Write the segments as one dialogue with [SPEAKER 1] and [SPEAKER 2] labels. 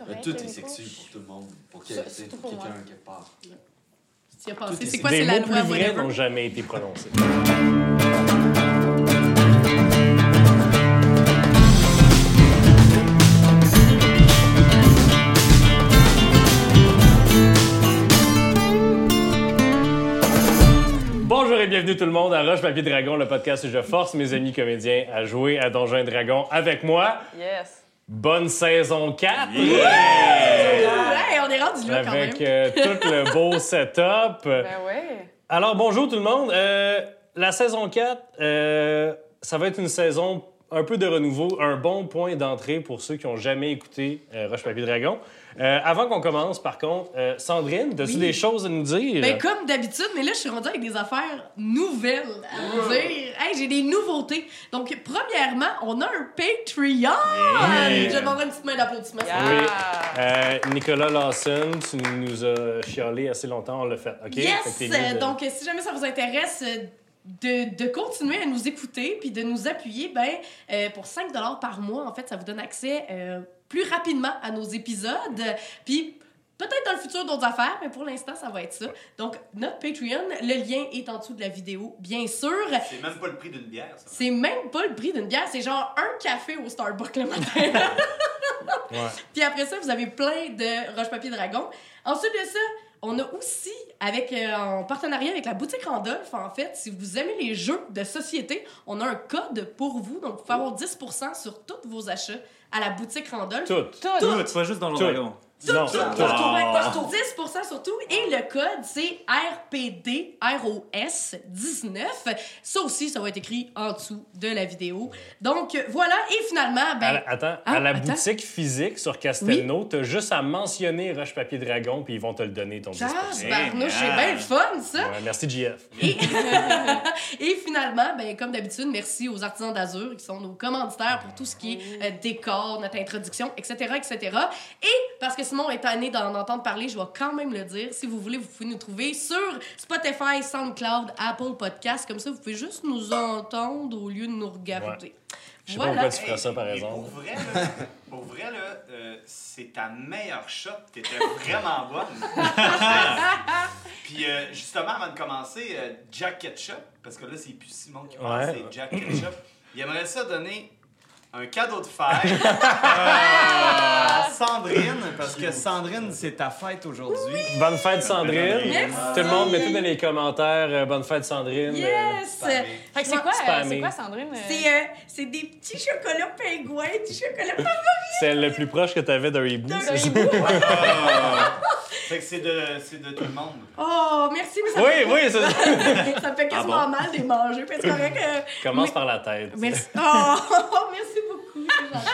[SPEAKER 1] Mais
[SPEAKER 2] correct.
[SPEAKER 1] Euh, tout est
[SPEAKER 2] là, mais pas-
[SPEAKER 1] sexy pour tout le monde. Pour que-
[SPEAKER 2] Ça,
[SPEAKER 1] tu sais,
[SPEAKER 2] surtout
[SPEAKER 1] pour
[SPEAKER 2] pour
[SPEAKER 1] quelqu'un
[SPEAKER 2] moi.
[SPEAKER 1] quelque part.
[SPEAKER 3] Tu y as pensé,
[SPEAKER 1] Tout
[SPEAKER 3] c'est
[SPEAKER 1] est-
[SPEAKER 3] quoi,
[SPEAKER 4] Des
[SPEAKER 3] c'est la loi
[SPEAKER 4] mots plus vrais
[SPEAKER 3] whatever?
[SPEAKER 4] n'ont jamais été prononcés. Bonjour et bienvenue tout le monde à Roche Papier Dragon, le podcast où je force mes amis comédiens à jouer à Donjons et Dragons avec moi.
[SPEAKER 2] Yes.
[SPEAKER 4] Bonne saison 4!
[SPEAKER 3] Ouais, on est rendu là quand même.
[SPEAKER 4] Avec euh, tout le beau setup.
[SPEAKER 2] Ben ouais.
[SPEAKER 4] Alors, bonjour tout le monde. Euh, la saison 4, euh, ça va être une saison un peu de renouveau, un bon point d'entrée pour ceux qui n'ont jamais écouté euh, Roche Papier Dragon. Euh, avant qu'on commence, par contre, euh, Sandrine, as-tu
[SPEAKER 3] Oui.
[SPEAKER 4] des choses à nous dire?
[SPEAKER 3] Ben, comme d'habitude, mais là, je suis rendue avec des affaires nouvelles à vous dire. Hey, j'ai des nouveautés. Donc, premièrement, on a un Patreon!
[SPEAKER 4] Yeah.
[SPEAKER 3] Je demanderai une petite main d'applaudissement.
[SPEAKER 4] Oui.
[SPEAKER 2] Yeah.
[SPEAKER 4] Euh, Nicolas Lawson, tu nous as chialé assez longtemps, on l'a fait. OK? Fait que t'es
[SPEAKER 3] Yes!
[SPEAKER 4] libre de-
[SPEAKER 3] Donc, euh, si jamais ça vous intéresse euh, de, de continuer à nous écouter puis de nous appuyer, ben, euh, pour 5 par mois, en fait, ça vous donne accès euh, plus rapidement à nos épisodes. Puis, peut-être dans le futur, d'autres affaires, mais pour l'instant, ça va être ça. Donc, notre Patreon, le lien est en dessous de la vidéo, bien sûr.
[SPEAKER 5] C'est même pas le prix d'une bière, ça.
[SPEAKER 3] C'est même pas le prix d'une bière, c'est genre un café au Starbucks le matin.
[SPEAKER 4] Ouais.
[SPEAKER 3] Puis après ça, vous avez plein de roche-papier-dragon. Ensuite de ça, on a aussi, avec, euh, en partenariat avec la boutique Randolph, en fait, si vous aimez les jeux de société, on a un code pour vous. Donc, vous pouvez avoir 10 sur tous vos achats à la boutique Randolph.
[SPEAKER 4] Tout.
[SPEAKER 2] Tout.
[SPEAKER 5] Tout, pas juste dans le
[SPEAKER 4] Tout.
[SPEAKER 5] dragon.
[SPEAKER 4] non,
[SPEAKER 3] Tout,
[SPEAKER 4] tout.
[SPEAKER 3] tout, tout, tout, 10 surtout. Et le code, c'est RPDROS19. Ça aussi, ça va être écrit en dessous de la vidéo. Donc, euh, voilà. Et finalement,
[SPEAKER 4] À
[SPEAKER 3] ben,
[SPEAKER 4] la- attends,
[SPEAKER 3] Ah,
[SPEAKER 4] à la
[SPEAKER 3] attends.
[SPEAKER 4] boutique physique sur Castelnau, t'as juste à mentionner Roche Papier Dragon, puis ils vont te le donner, ton 10
[SPEAKER 3] tabarnouche, c'est bien le fun, ça.
[SPEAKER 4] Ouais, Merci, JF.
[SPEAKER 3] Et, et finalement, ben, comme d'habitude, merci aux artisans d'Azur qui sont nos commanditaires pour tout ce qui est euh, décor, notre introduction, etc., etc. Et parce que Simon est tanné d'en entendre parler, je vais quand même le dire. Si vous voulez, vous pouvez nous trouver sur Spotify, SoundCloud, Apple Podcast. Comme ça, vous pouvez juste nous entendre au lieu de nous regarder.
[SPEAKER 4] Je sais pas pourquoi tu ferais ça, par
[SPEAKER 5] Mais
[SPEAKER 4] exemple.
[SPEAKER 5] Pour vrai, là, pour vrai, là, euh, c'est ta meilleure shot. T'étais vraiment bonne. Puis euh, justement, avant de commencer, euh, Jack Ketchup, parce que là, c'est plus Simon qui parle,
[SPEAKER 4] Ouais.
[SPEAKER 5] c'est Jack Ketchup. Il aimerait ça donner un cadeau de fête à Sandrine, parce que Sandrine, c'est ta fête aujourd'hui.
[SPEAKER 4] Bonne fête, Sandrine.
[SPEAKER 3] Merci.
[SPEAKER 4] Tout le monde, mettez dans les commentaires euh, Bonne fête, Sandrine.
[SPEAKER 3] Yes!
[SPEAKER 5] Spammer.
[SPEAKER 2] Fait que c'est quoi, euh,
[SPEAKER 4] Spammer.
[SPEAKER 2] c'est quoi, Sandrine? euh,
[SPEAKER 3] C'est euh, c'est des petits chocolats pingouins, des chocolats
[SPEAKER 4] Euh, C'est le plus proche que t'avais d'un hibou.
[SPEAKER 3] D'un
[SPEAKER 4] c'est
[SPEAKER 3] hibou.
[SPEAKER 4] ça?
[SPEAKER 5] Fait que c'est de, c'est de tout le monde.
[SPEAKER 3] Oh, merci, mais ça,
[SPEAKER 4] Oui, oui, c'est ça. Ah
[SPEAKER 3] me fait- ça me fait quasiment mal de les manger. parce que C'est correct. euh,
[SPEAKER 4] Commence par la tête.
[SPEAKER 3] Merci. Oh, merci beaucoup. c'est gentil.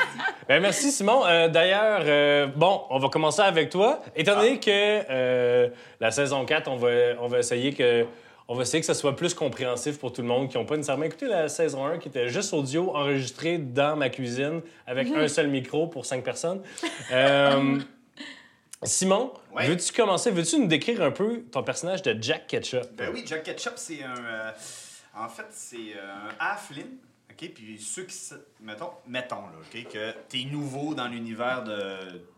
[SPEAKER 4] Ben, merci, Simon. Euh, D'ailleurs, euh, bon, on va commencer avec toi. Étant donné que euh, la saison 4, on va, on va essayer que. On va essayer que ce soit plus compréhensif pour tout le monde qui n'ont pas nécessairement écouté la saison 1 qui était juste audio enregistré dans ma cuisine avec un seul micro pour cinq personnes. Euh, Simon,
[SPEAKER 5] Ouais.
[SPEAKER 4] veux-tu commencer? Veux-tu nous décrire un peu ton personnage de Jack Ketchup?
[SPEAKER 5] Ben oui, Jack Ketchup, c'est un. euh, en fait, c'est euh, un halfling. OK? Puis ceux qui. se- Mettons, mettons là, OK? Que t'es nouveau dans l'univers de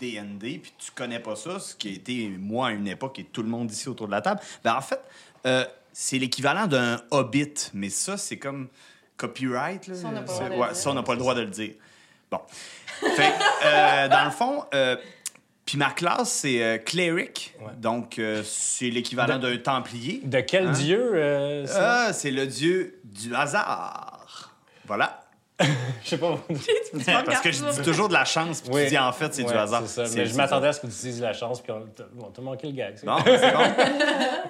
[SPEAKER 5] DND, puis tu connais pas ça, ce qui a été, moi, à une époque, et tout le monde ici autour de la table. Ben en fait, euh, c'est l'équivalent d'un hobbit, mais ça, c'est comme copyright. Là.
[SPEAKER 2] Ça, on n'a pas le
[SPEAKER 5] C'est-
[SPEAKER 2] droit de le
[SPEAKER 5] ouais,
[SPEAKER 2] dire.
[SPEAKER 5] ça, on n'a pas le droit de le dire. Bon. Fait que, euh, dans le fond, euh, puis ma classe, c'est euh, cleric. Donc, euh, c'est l'équivalent d'un templier.
[SPEAKER 4] De quel
[SPEAKER 5] Hein?
[SPEAKER 4] dieu? euh, Simon?
[SPEAKER 5] Ah, c'est le dieu du hasard. Voilà.
[SPEAKER 4] Je sais pas.
[SPEAKER 3] Tu me
[SPEAKER 5] Parce
[SPEAKER 3] regardes
[SPEAKER 5] que je
[SPEAKER 3] ça.
[SPEAKER 5] dis toujours de la chance, puis
[SPEAKER 4] Oui.
[SPEAKER 5] tu dis en fait c'est
[SPEAKER 4] Ouais,
[SPEAKER 5] du hasard.
[SPEAKER 4] C'est ça.
[SPEAKER 5] C'est-
[SPEAKER 4] Mais je
[SPEAKER 5] c'est
[SPEAKER 4] m'attendais à ce que tu dises la chance, puis on t'a bon, t'as manqué le gag. c'est-
[SPEAKER 5] ça. Bon, ben, c'est bon.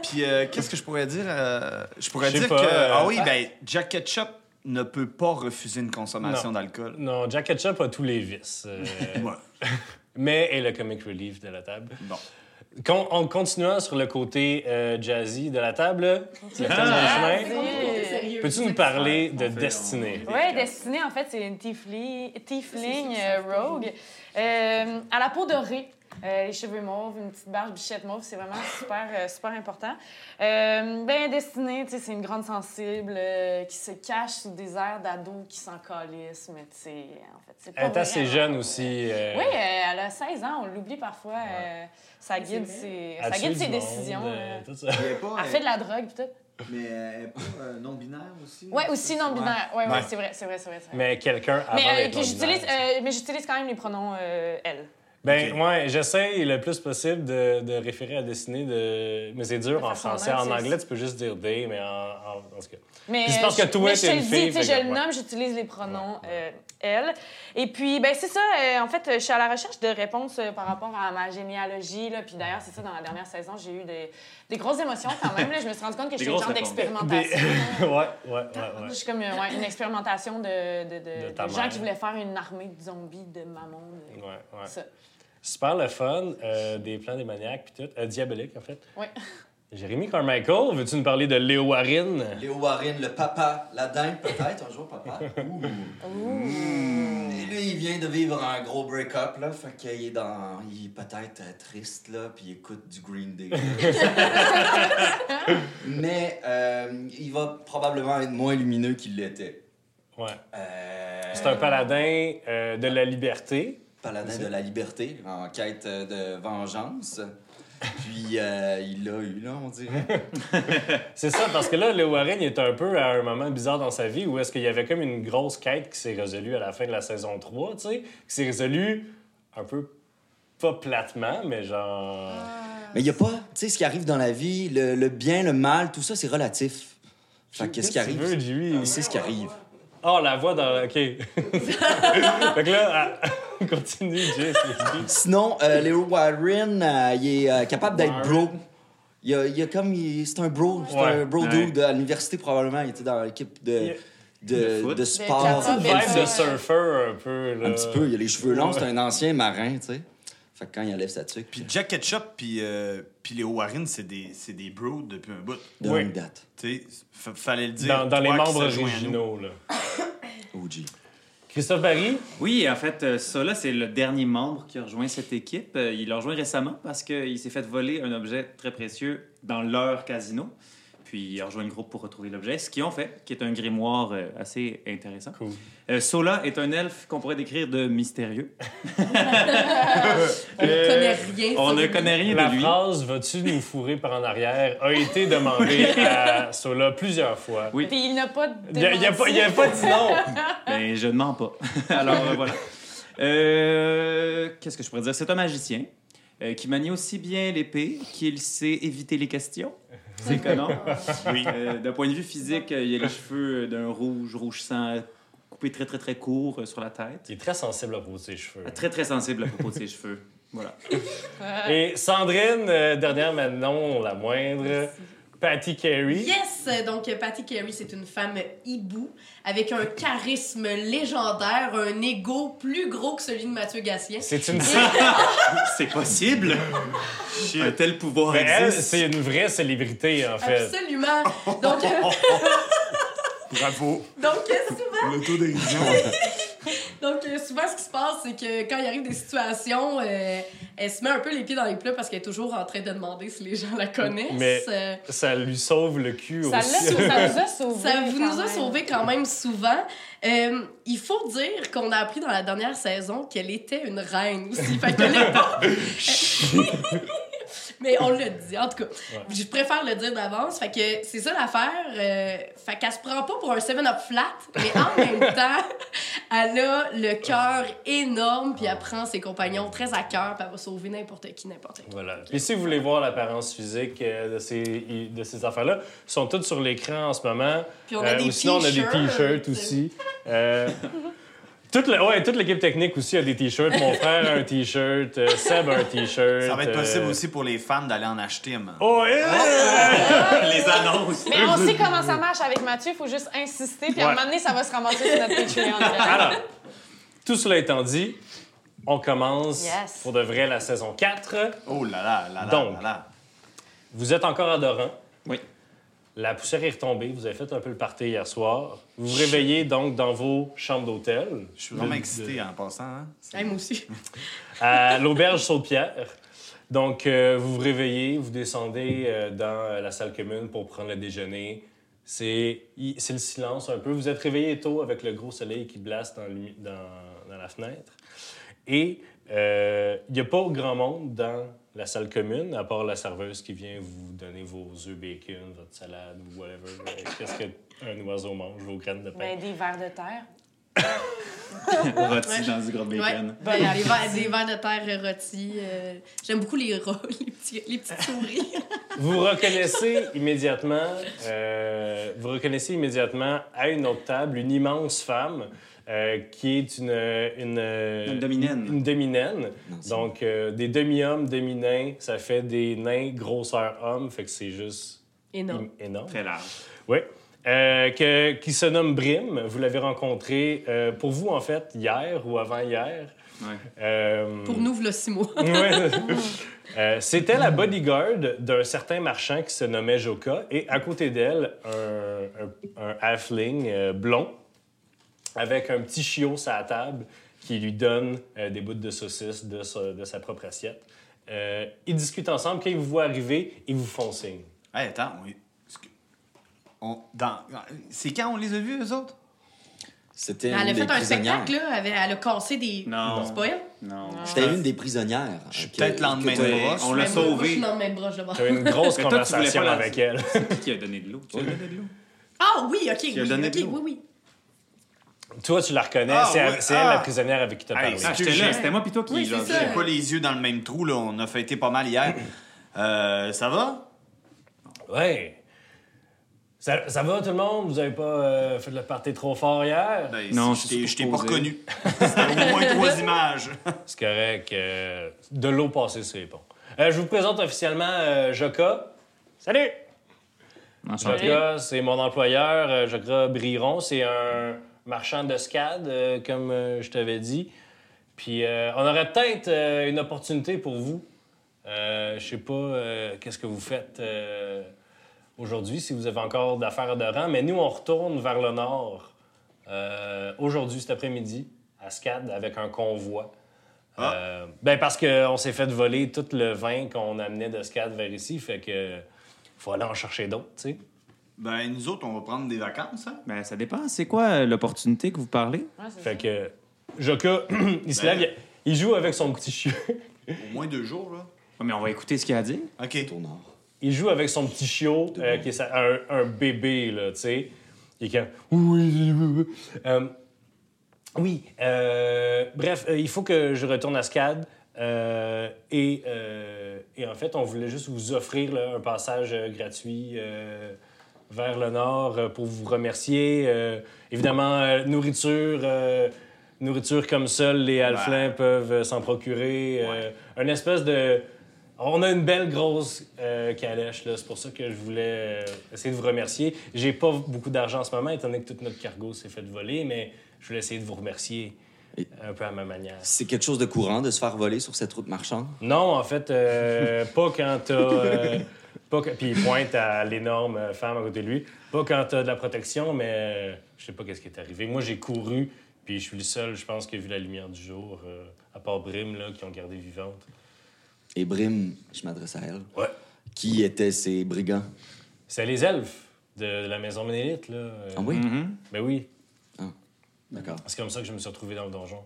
[SPEAKER 5] Puis euh, qu'est-ce que je pourrais dire? euh, je pourrais
[SPEAKER 4] Je sais
[SPEAKER 5] dire
[SPEAKER 4] pas,
[SPEAKER 5] que...
[SPEAKER 4] euh,
[SPEAKER 5] Ah oui, ben, Jack Ketchup ne peut pas refuser une consommation
[SPEAKER 4] Non.
[SPEAKER 5] d'alcool.
[SPEAKER 4] Non, Jack Ketchup a tous les vices. euh,
[SPEAKER 5] Ouais.
[SPEAKER 4] mais est le comic relief de la table.
[SPEAKER 5] Bon.
[SPEAKER 4] Con- en continuant sur le côté euh, jazzy de la table, le
[SPEAKER 3] Ah,
[SPEAKER 4] thème du
[SPEAKER 3] c'est
[SPEAKER 4] chemin,
[SPEAKER 3] qu'on est côté sérieux.
[SPEAKER 4] peux-tu nous parler
[SPEAKER 5] on
[SPEAKER 4] de
[SPEAKER 5] fait- on-
[SPEAKER 4] Destinée?
[SPEAKER 2] Ouais, Destinée, en fait, c'est une tiefling, tiefling euh, rogue. Euh, à la peau dorée. Euh, les cheveux mauves, une petite barbe bichette mauve, c'est vraiment super, euh, super important. Euh, bien destinée, tu sais, c'est une grande sensible euh, qui se cache sous des airs d'ado qui s'en calisse, mais tu sais, en fait, c'est pas
[SPEAKER 4] Elle est assez
[SPEAKER 2] vraiment-
[SPEAKER 4] jeune aussi. euh,
[SPEAKER 2] Oui, euh, elle a 16 ans, on l'oublie parfois. euh, ça guide
[SPEAKER 3] C'est
[SPEAKER 2] ses,
[SPEAKER 4] elle
[SPEAKER 2] ça guide
[SPEAKER 4] tue
[SPEAKER 2] ses
[SPEAKER 4] du monde,
[SPEAKER 2] décisions.
[SPEAKER 4] euh,
[SPEAKER 2] là.
[SPEAKER 4] tout ça.
[SPEAKER 5] Elle est pas,
[SPEAKER 2] Elle fait de la drogue, peut-être.
[SPEAKER 5] Mais elle est pas euh, non-binaire aussi?
[SPEAKER 2] Ouais, aussi non-binaire. Ouais, ouais,
[SPEAKER 5] Ouais.
[SPEAKER 2] c'est vrai, c'est vrai, c'est vrai. c'est vrai.
[SPEAKER 4] Mais quelqu'un avant
[SPEAKER 2] Mais, euh,
[SPEAKER 4] d'être
[SPEAKER 2] que j'utilise,
[SPEAKER 4] ordinaire.
[SPEAKER 2] euh, mais j'utilise quand même les pronoms euh, elle.
[SPEAKER 4] Ben,
[SPEAKER 5] Ok.
[SPEAKER 4] ouais, j'essaie le plus possible de, de référer à dessiner de. Mais c'est dur
[SPEAKER 2] De
[SPEAKER 4] en
[SPEAKER 2] façon
[SPEAKER 4] français. En
[SPEAKER 2] neutre, c'est-
[SPEAKER 4] anglais, tu peux juste dire des, mais en. en, en tout cas.
[SPEAKER 2] Mais
[SPEAKER 4] Puis je pense
[SPEAKER 2] euh,
[SPEAKER 4] que toi,
[SPEAKER 2] mais je
[SPEAKER 4] t'es
[SPEAKER 2] te
[SPEAKER 4] une
[SPEAKER 2] le dis,
[SPEAKER 4] fille,
[SPEAKER 2] tu sais,
[SPEAKER 4] fait que,
[SPEAKER 2] je le
[SPEAKER 4] ouais.
[SPEAKER 2] nomme, j'utilise les pronoms euh, elle. Et puis, ben c'est ça. euh, en fait, euh, je suis à la recherche de réponses euh, par rapport à ma généalogie. Là. Puis d'ailleurs, c'est ça, dans la dernière saison, j'ai eu des, des grosses émotions quand même. Là. Je me suis rendu compte que
[SPEAKER 5] Des
[SPEAKER 2] j'étais une sorte
[SPEAKER 5] grosses réponses.
[SPEAKER 4] Des-
[SPEAKER 2] d'expérimentation.
[SPEAKER 4] ouais, ouais, ouais. ouais.
[SPEAKER 2] Je suis comme euh, ouais, une expérimentation de, de, de-
[SPEAKER 4] De ta
[SPEAKER 2] de gens
[SPEAKER 4] mère.
[SPEAKER 2] qui voulaient faire une armée de zombies de maman. de-
[SPEAKER 4] Ouais, ouais.
[SPEAKER 2] ça.
[SPEAKER 4] Super le fun, euh, des plans des maniaques, puis tout. Euh, diabolique, en fait.
[SPEAKER 2] Ouais.
[SPEAKER 4] Jérémy Carmichael, veux-tu nous parler de Léo Warren?
[SPEAKER 1] Léo Warren, le papa, la dame peut-être, un jour papa. Ouh. Et lui, il vient de vivre un gros break-up, là, fait qu'il est dans... Il est peut-être euh, triste, là, puis il écoute du Green Day. Mais euh, il va probablement être moins lumineux qu'il l'était.
[SPEAKER 4] Ouais.
[SPEAKER 1] Euh,
[SPEAKER 4] C'est un paladin euh, de la liberté.
[SPEAKER 1] paladin de la liberté, en quête euh, de vengeance. Puis euh, il l'a eu, là, on dirait.
[SPEAKER 4] C'est ça, parce que là, Léo Warren il est un peu à un moment bizarre dans sa vie où est-ce qu'il y avait comme une grosse quête qui s'est résolue à la fin de la saison 3, tu sais, qui s'est résolue un peu pas platement, mais genre.
[SPEAKER 1] Mais il n'y a pas, tu sais, ce qui arrive dans la vie, le, le bien, le mal, tout ça, c'est relatif. Fait que ce qui
[SPEAKER 4] Qu'est-ce qu'il veut,
[SPEAKER 1] arrive,
[SPEAKER 4] lui?
[SPEAKER 1] il sait ce qui arrive.
[SPEAKER 4] Oh, la voix dans. Ok. fait que là, elle- continue, Jess. explique.
[SPEAKER 1] Sinon, euh, Léo Warren, euh, il est euh, capable d'être bro. Il y a, il y a comme, il- c'est un bro, c'est
[SPEAKER 4] Ouais.
[SPEAKER 1] un bro
[SPEAKER 5] Ouais.
[SPEAKER 1] dude à l'université probablement. Il était dans l'équipe de,
[SPEAKER 5] De
[SPEAKER 1] de,
[SPEAKER 5] foot.
[SPEAKER 1] de sport.
[SPEAKER 2] capable
[SPEAKER 1] Un
[SPEAKER 4] Vibe de Ah, surfeur un peu, là.
[SPEAKER 1] petit peu, il a les cheveux longs, c'est un ancien marin, tu sais. Fait que quand il enlève sa tuque,
[SPEAKER 5] Puis
[SPEAKER 1] puis
[SPEAKER 5] Jack Ketchup puis euh, puis les Warren, c'est des, c'est des bros depuis un bout.
[SPEAKER 1] de
[SPEAKER 4] Oui.
[SPEAKER 1] longue date,
[SPEAKER 5] Tu sais, fa- fallait le dire.
[SPEAKER 4] Dans, dans les
[SPEAKER 5] toi qui
[SPEAKER 4] membres
[SPEAKER 5] se joins à nous.
[SPEAKER 4] originaux, là.
[SPEAKER 1] OG.
[SPEAKER 4] Christophe Barry,
[SPEAKER 6] Oui, en fait, euh, ça, là, c'est le dernier membre qui a rejoint cette équipe. Euh, Il l'a rejoint récemment parce qu'il s'est fait voler un objet très précieux dans leur casino. Puis il a rejoint le groupe pour retrouver l'objet, ce qu'ils ont fait, qui est un grimoire euh, assez intéressant.
[SPEAKER 4] Cool.
[SPEAKER 6] Euh, Sola est un elfe qu'on pourrait décrire de mystérieux.
[SPEAKER 3] On ne connaît rien.
[SPEAKER 6] On
[SPEAKER 3] sur
[SPEAKER 6] ne
[SPEAKER 3] lui.
[SPEAKER 6] connaît rien
[SPEAKER 4] Euh, la
[SPEAKER 6] de lui.
[SPEAKER 4] phrase Vas-tu nous fourrer par en arrière a été demandée à Sola plusieurs fois.
[SPEAKER 6] Oui.
[SPEAKER 2] Puis il n'a pas
[SPEAKER 4] Il a, il a pas, il a pas dit non.
[SPEAKER 6] Mais Ben, je ne mens pas. Hein? Alors euh, voilà. Euh, Qu'est-ce que je pourrais dire? C'est un magicien euh, qui manie aussi bien l'épée qu'il sait éviter les questions. C'est canon.
[SPEAKER 5] Oui.
[SPEAKER 6] Euh, D'un point de vue physique, euh, il a les cheveux d'un rouge, rouge sang, coupé très très très court euh, sur la tête. Euh,
[SPEAKER 4] Il est très sensible à propos de ses cheveux.
[SPEAKER 6] Très très sensible à propos de ses cheveux. Voilà.
[SPEAKER 4] Et Sandrine, euh, dernière mais non la moindre, Patty Carey.
[SPEAKER 3] Yes! Donc, Patty Carey, c'est une femme hibou, avec un charisme légendaire, un ego plus gros que celui de Mathieu Gatien.
[SPEAKER 4] C'est une
[SPEAKER 6] C'est Ben, possible? Un tel pouvoir
[SPEAKER 4] Mais elle,
[SPEAKER 6] existe.
[SPEAKER 4] c'est une vraie célébrité en fait.
[SPEAKER 3] Absolument! Donc, euh,
[SPEAKER 5] Bravo.
[SPEAKER 3] donc euh, souvent,
[SPEAKER 5] L'autodérision.
[SPEAKER 3] donc, euh, souvent, ce qui se passe, c'est que quand il arrive des situations, euh, elle se met un peu les pieds dans les plats parce qu'elle est toujours en train de demander si les gens la connaissent.
[SPEAKER 4] Mais-
[SPEAKER 3] Euh,
[SPEAKER 4] Ça lui sauve le cul
[SPEAKER 2] Ça, l'a-
[SPEAKER 4] aussi.
[SPEAKER 2] ça nous a sauvés.
[SPEAKER 3] Ça vous
[SPEAKER 2] quand
[SPEAKER 3] nous a
[SPEAKER 2] même.
[SPEAKER 3] sauvés quand même souvent. Euh, il faut dire qu'on a appris dans la dernière saison qu'elle était une reine aussi. Fait qu'elle est pas- Mais on l'a dit, en tout cas. Je préfère le dire d'avance. Fait que c'est ça l'affaire. Euh, fait qu'elle se prend pas pour un 7-up flat, mais en même temps, elle a le cœur énorme, puis elle prend ses compagnons très à cœur, puis elle va sauver n'importe qui, n'importe qui.
[SPEAKER 4] Voilà. Et si vous voulez voir l'apparence physique euh, de ces, de ces affaires-là, ils sont toutes sur l'écran en ce moment. Euh,
[SPEAKER 3] Puis on a des
[SPEAKER 4] ou sinon, on a des
[SPEAKER 3] t-shirts.
[SPEAKER 4] t-shirts aussi. Euh, toute le- ouais, toute l'équipe technique aussi a des t-shirts. Mon frère a un t-shirt, euh, Seb a un t-shirt.
[SPEAKER 5] Ça va être possible
[SPEAKER 4] euh,
[SPEAKER 5] aussi pour les fans d'aller en acheter un. moment.
[SPEAKER 4] Oh, eh!
[SPEAKER 6] les annonces.
[SPEAKER 2] Mais on sait comment ça marche avec Mathieu, il faut juste insister, puis à un
[SPEAKER 4] Ouais.
[SPEAKER 2] moment donné, ça va se ramasser sur notre Patreon.
[SPEAKER 4] Alors, tout cela étant dit, on commence
[SPEAKER 2] Yes.
[SPEAKER 4] pour de vrai la saison 4.
[SPEAKER 5] Oh là là, là là.
[SPEAKER 4] Donc.
[SPEAKER 5] là là.
[SPEAKER 4] Vous êtes encore adorant.
[SPEAKER 6] Oui.
[SPEAKER 4] La poussière est retombée. Vous avez fait un peu le party hier soir. Vous vous réveillez donc dans vos chambres d'hôtel.
[SPEAKER 5] Je suis vraiment
[SPEAKER 4] De-
[SPEAKER 5] excité en passant. Hein?
[SPEAKER 3] Ouais, moi aussi.
[SPEAKER 4] à l'auberge Saute-Pierre. Donc, euh, vous vous réveillez, vous descendez euh, dans euh, la salle commune pour prendre le déjeuner. C'est il- c'est le silence un peu. Vous êtes réveillé tôt avec le gros soleil qui blaste dans, l'humi- dans- dans la fenêtre. Et euh, il n'y a pas grand monde dans la salle commune, à part la serveuse qui vient vous donner vos œufs bacon, votre salade ou whatever. Euh, Qu'est-ce qu'un oiseau mange, vos graines de pain.
[SPEAKER 2] Ben, des vers de terre.
[SPEAKER 6] Rôti dans du gros
[SPEAKER 3] Ouais.
[SPEAKER 6] bacon.
[SPEAKER 3] Ben, les vers- des vers de terre rôtis. euh, J'aime beaucoup les rôles, les petits, les petits souris.
[SPEAKER 4] Vous reconnaissez immédiatement, euh, vous reconnaissez immédiatement à une autre table une immense femme euh, qui est une une,
[SPEAKER 6] Une dominaine.
[SPEAKER 4] une dominaine. Donc euh, des demi-hommes, demi-nains, ça fait des nains grosseur hommes, fait que c'est juste
[SPEAKER 1] Mm.
[SPEAKER 3] Énorme.
[SPEAKER 4] im- énorme.
[SPEAKER 6] Très large.
[SPEAKER 4] Oui. Euh, que- qui se nomme Brim. Vous l'avez rencontré euh, pour vous en fait hier ou avant hier.
[SPEAKER 6] Ouais.
[SPEAKER 4] Euh,
[SPEAKER 3] Pour nous, voilà six mois.
[SPEAKER 4] Ouais. Euh, C'était la bodyguard d'un certain marchand qui se nommait Joka et à côté d'elle, un, un, un halfling euh, blond avec un petit chiot sur la table qui lui donne euh, des bouts de saucisse de, sa- de sa propre assiette. Euh, ils discutent ensemble. Quand ils vous voient arriver, ils vous font signe.
[SPEAKER 5] Hey, attends, on... excu- on- dans- c'est quand on les a vus, eux autres?
[SPEAKER 1] C'était
[SPEAKER 3] Elle
[SPEAKER 1] une
[SPEAKER 3] a
[SPEAKER 1] des
[SPEAKER 3] fait un
[SPEAKER 1] prisonnières.
[SPEAKER 3] spectacle, là. avec- Elle a cassé des.
[SPEAKER 6] Non.
[SPEAKER 3] C'est pas elle?
[SPEAKER 6] Non.
[SPEAKER 1] C'était une des prisonnières. euh,
[SPEAKER 5] Je suis
[SPEAKER 1] que-
[SPEAKER 5] peut-être lendemain
[SPEAKER 1] que
[SPEAKER 5] de
[SPEAKER 1] t'as-
[SPEAKER 5] brosse.
[SPEAKER 6] on l'a
[SPEAKER 3] Ben, moi, moi, je suis
[SPEAKER 6] sauvée.
[SPEAKER 3] dans le même broche de bord.
[SPEAKER 4] Tu as une grosse
[SPEAKER 6] Mais toi, tu voulais pas
[SPEAKER 4] conversation
[SPEAKER 6] la-
[SPEAKER 4] avec elle.
[SPEAKER 6] C'est qui a donné de l'eau? Tu as donné de l'eau?
[SPEAKER 3] Ah oui, ok.
[SPEAKER 6] as
[SPEAKER 3] oui,
[SPEAKER 6] donné
[SPEAKER 3] ok,
[SPEAKER 6] de l'eau.
[SPEAKER 3] oui, oui.
[SPEAKER 4] Toi, tu la reconnais.
[SPEAKER 5] Ah,
[SPEAKER 4] c'est elle-
[SPEAKER 5] ouais,
[SPEAKER 4] c'est elle, la
[SPEAKER 5] ah.
[SPEAKER 4] prisonnière avec qui tu as
[SPEAKER 5] Hey,
[SPEAKER 4] parlé.
[SPEAKER 5] c'est-
[SPEAKER 6] Ah, j'étais
[SPEAKER 5] Excusez.
[SPEAKER 6] là. C'était moi puis toi qui
[SPEAKER 3] Oui, c'est
[SPEAKER 6] jasais.
[SPEAKER 3] ça.
[SPEAKER 5] J'ai pas les yeux dans le même trou, là. On a fêté pas mal hier. Euh, ça va?
[SPEAKER 4] Ouais. Ça, ça va tout le monde? Vous avez pas euh, fait le party trop fort hier?
[SPEAKER 5] Ben,
[SPEAKER 6] Non,
[SPEAKER 5] si
[SPEAKER 6] je
[SPEAKER 5] je t'ai-
[SPEAKER 6] suis
[SPEAKER 5] je t'ai pas
[SPEAKER 6] supposé.
[SPEAKER 5] reconnu. C'était au moins trois images.
[SPEAKER 4] C'est correct. euh, de l'eau passée, c'est bon. Euh, je vous présente officiellement euh, Joka. Salut!
[SPEAKER 6] Enchanté.
[SPEAKER 4] Joka, c'est mon employeur, euh, Joka Briron. C'est un marchand de SCAD, euh, comme euh, je t'avais dit. Puis euh, on aurait peut-être euh, une opportunité pour vous. Euh, je sais pas euh, qu'est-ce que vous faites euh, aujourd'hui, si vous avez encore d'affaires de rang, mais nous, on retourne vers le nord euh, aujourd'hui, cet après-midi, à SCAD, avec un convoi.
[SPEAKER 5] Ah.
[SPEAKER 4] Euh, ben parce qu'on s'est fait voler tout le vin qu'on amenait de SCAD vers ici, fait que faut aller en chercher d'autres, tu sais.
[SPEAKER 5] Ben, nous autres, on va prendre des vacances, hein?
[SPEAKER 6] Ben, ça dépend. C'est quoi euh, l'opportunité que vous parlez?
[SPEAKER 2] Ouais, c'est
[SPEAKER 4] Fait
[SPEAKER 2] ça.
[SPEAKER 4] que Joka, il se
[SPEAKER 5] Ben.
[SPEAKER 4] lève, il, il joue avec son petit chiot.
[SPEAKER 5] Au moins deux jours, là.
[SPEAKER 6] Ouais, Oh, mais on va écouter ce qu'il a à dire.
[SPEAKER 5] OK.
[SPEAKER 1] Au nord.
[SPEAKER 4] Il joue avec son petit chiot, euh, qui est sa- un, un bébé, là, tu sais. Il est comme... Oui, oui, oui, oui. Euh, oui, euh, bref, euh, il faut que je retourne à SCAD. euh, et, euh, et en fait, on voulait juste vous offrir là, un passage euh, gratuit euh, vers le nord euh, pour vous remercier. Euh, évidemment, euh, nourriture, euh, nourriture comme seul les Halflins peuvent euh, s'en procurer. Euh, Une espèce de... On a une belle grosse euh, calèche, là. c'est pour ça que je voulais euh, essayer de vous remercier. J'ai pas beaucoup d'argent en ce moment, étant donné que tout notre cargo s'est fait voler, mais je voulais essayer de vous remercier euh,
[SPEAKER 1] Et-
[SPEAKER 4] un peu à ma manière.
[SPEAKER 1] C'est quelque chose de courant de se faire voler sur cette route marchande.
[SPEAKER 4] Non, en fait, euh, pas quand t'as. euh, pas que- Puis il pointe à l'énorme euh, femme à côté de lui. Pas quand t'as de la protection, mais euh, je sais pas qu'est-ce qui est arrivé. Moi, j'ai couru, puis je suis le seul, je pense, qui a vu la lumière du jour, euh, à part Brim, là, qui ont gardé vivante.
[SPEAKER 1] Et Brim, je m'adresse à elle.
[SPEAKER 4] Ouais.
[SPEAKER 1] Qui étaient ces brigands?
[SPEAKER 4] C'est les elfes de, de la maison Ménélite, là. euh,
[SPEAKER 1] Ah oui?
[SPEAKER 6] Mhm.
[SPEAKER 4] Ben oui,
[SPEAKER 1] D'accord.
[SPEAKER 4] c'est comme ça que je me suis retrouvé dans le donjon.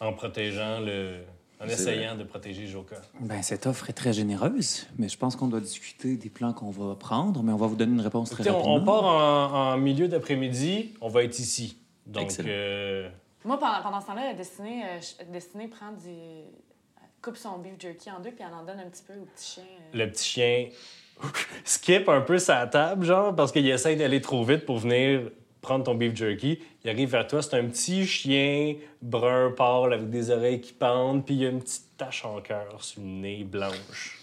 [SPEAKER 4] En protégeant le. En
[SPEAKER 1] C'est
[SPEAKER 4] essayant de protéger Joker.
[SPEAKER 6] Ben, cette offre est très généreuse, mais je pense qu'on doit discuter des plans qu'on va prendre, mais on va vous donner une réponse très
[SPEAKER 4] Écoutez, on, on
[SPEAKER 6] rapidement.
[SPEAKER 4] part en, en milieu d'après-midi, on va être ici. Donc,
[SPEAKER 1] Excellent.
[SPEAKER 4] euh,
[SPEAKER 2] Moi, pendant, pendant ce temps-là, Destinée, euh, je- Destinée prend du. elle coupe son beef jerky en deux, puis elle en donne un petit peu au petit chien. euh.
[SPEAKER 4] le petit chien skip un peu sa table, genre, parce qu'il essaie d'aller trop vite pour venir prendre ton beef jerky. Il arrive vers toi, c'est un petit chien brun pâle avec des oreilles qui pendent, puis il y a une petite tache en cœur sur le nez blanche.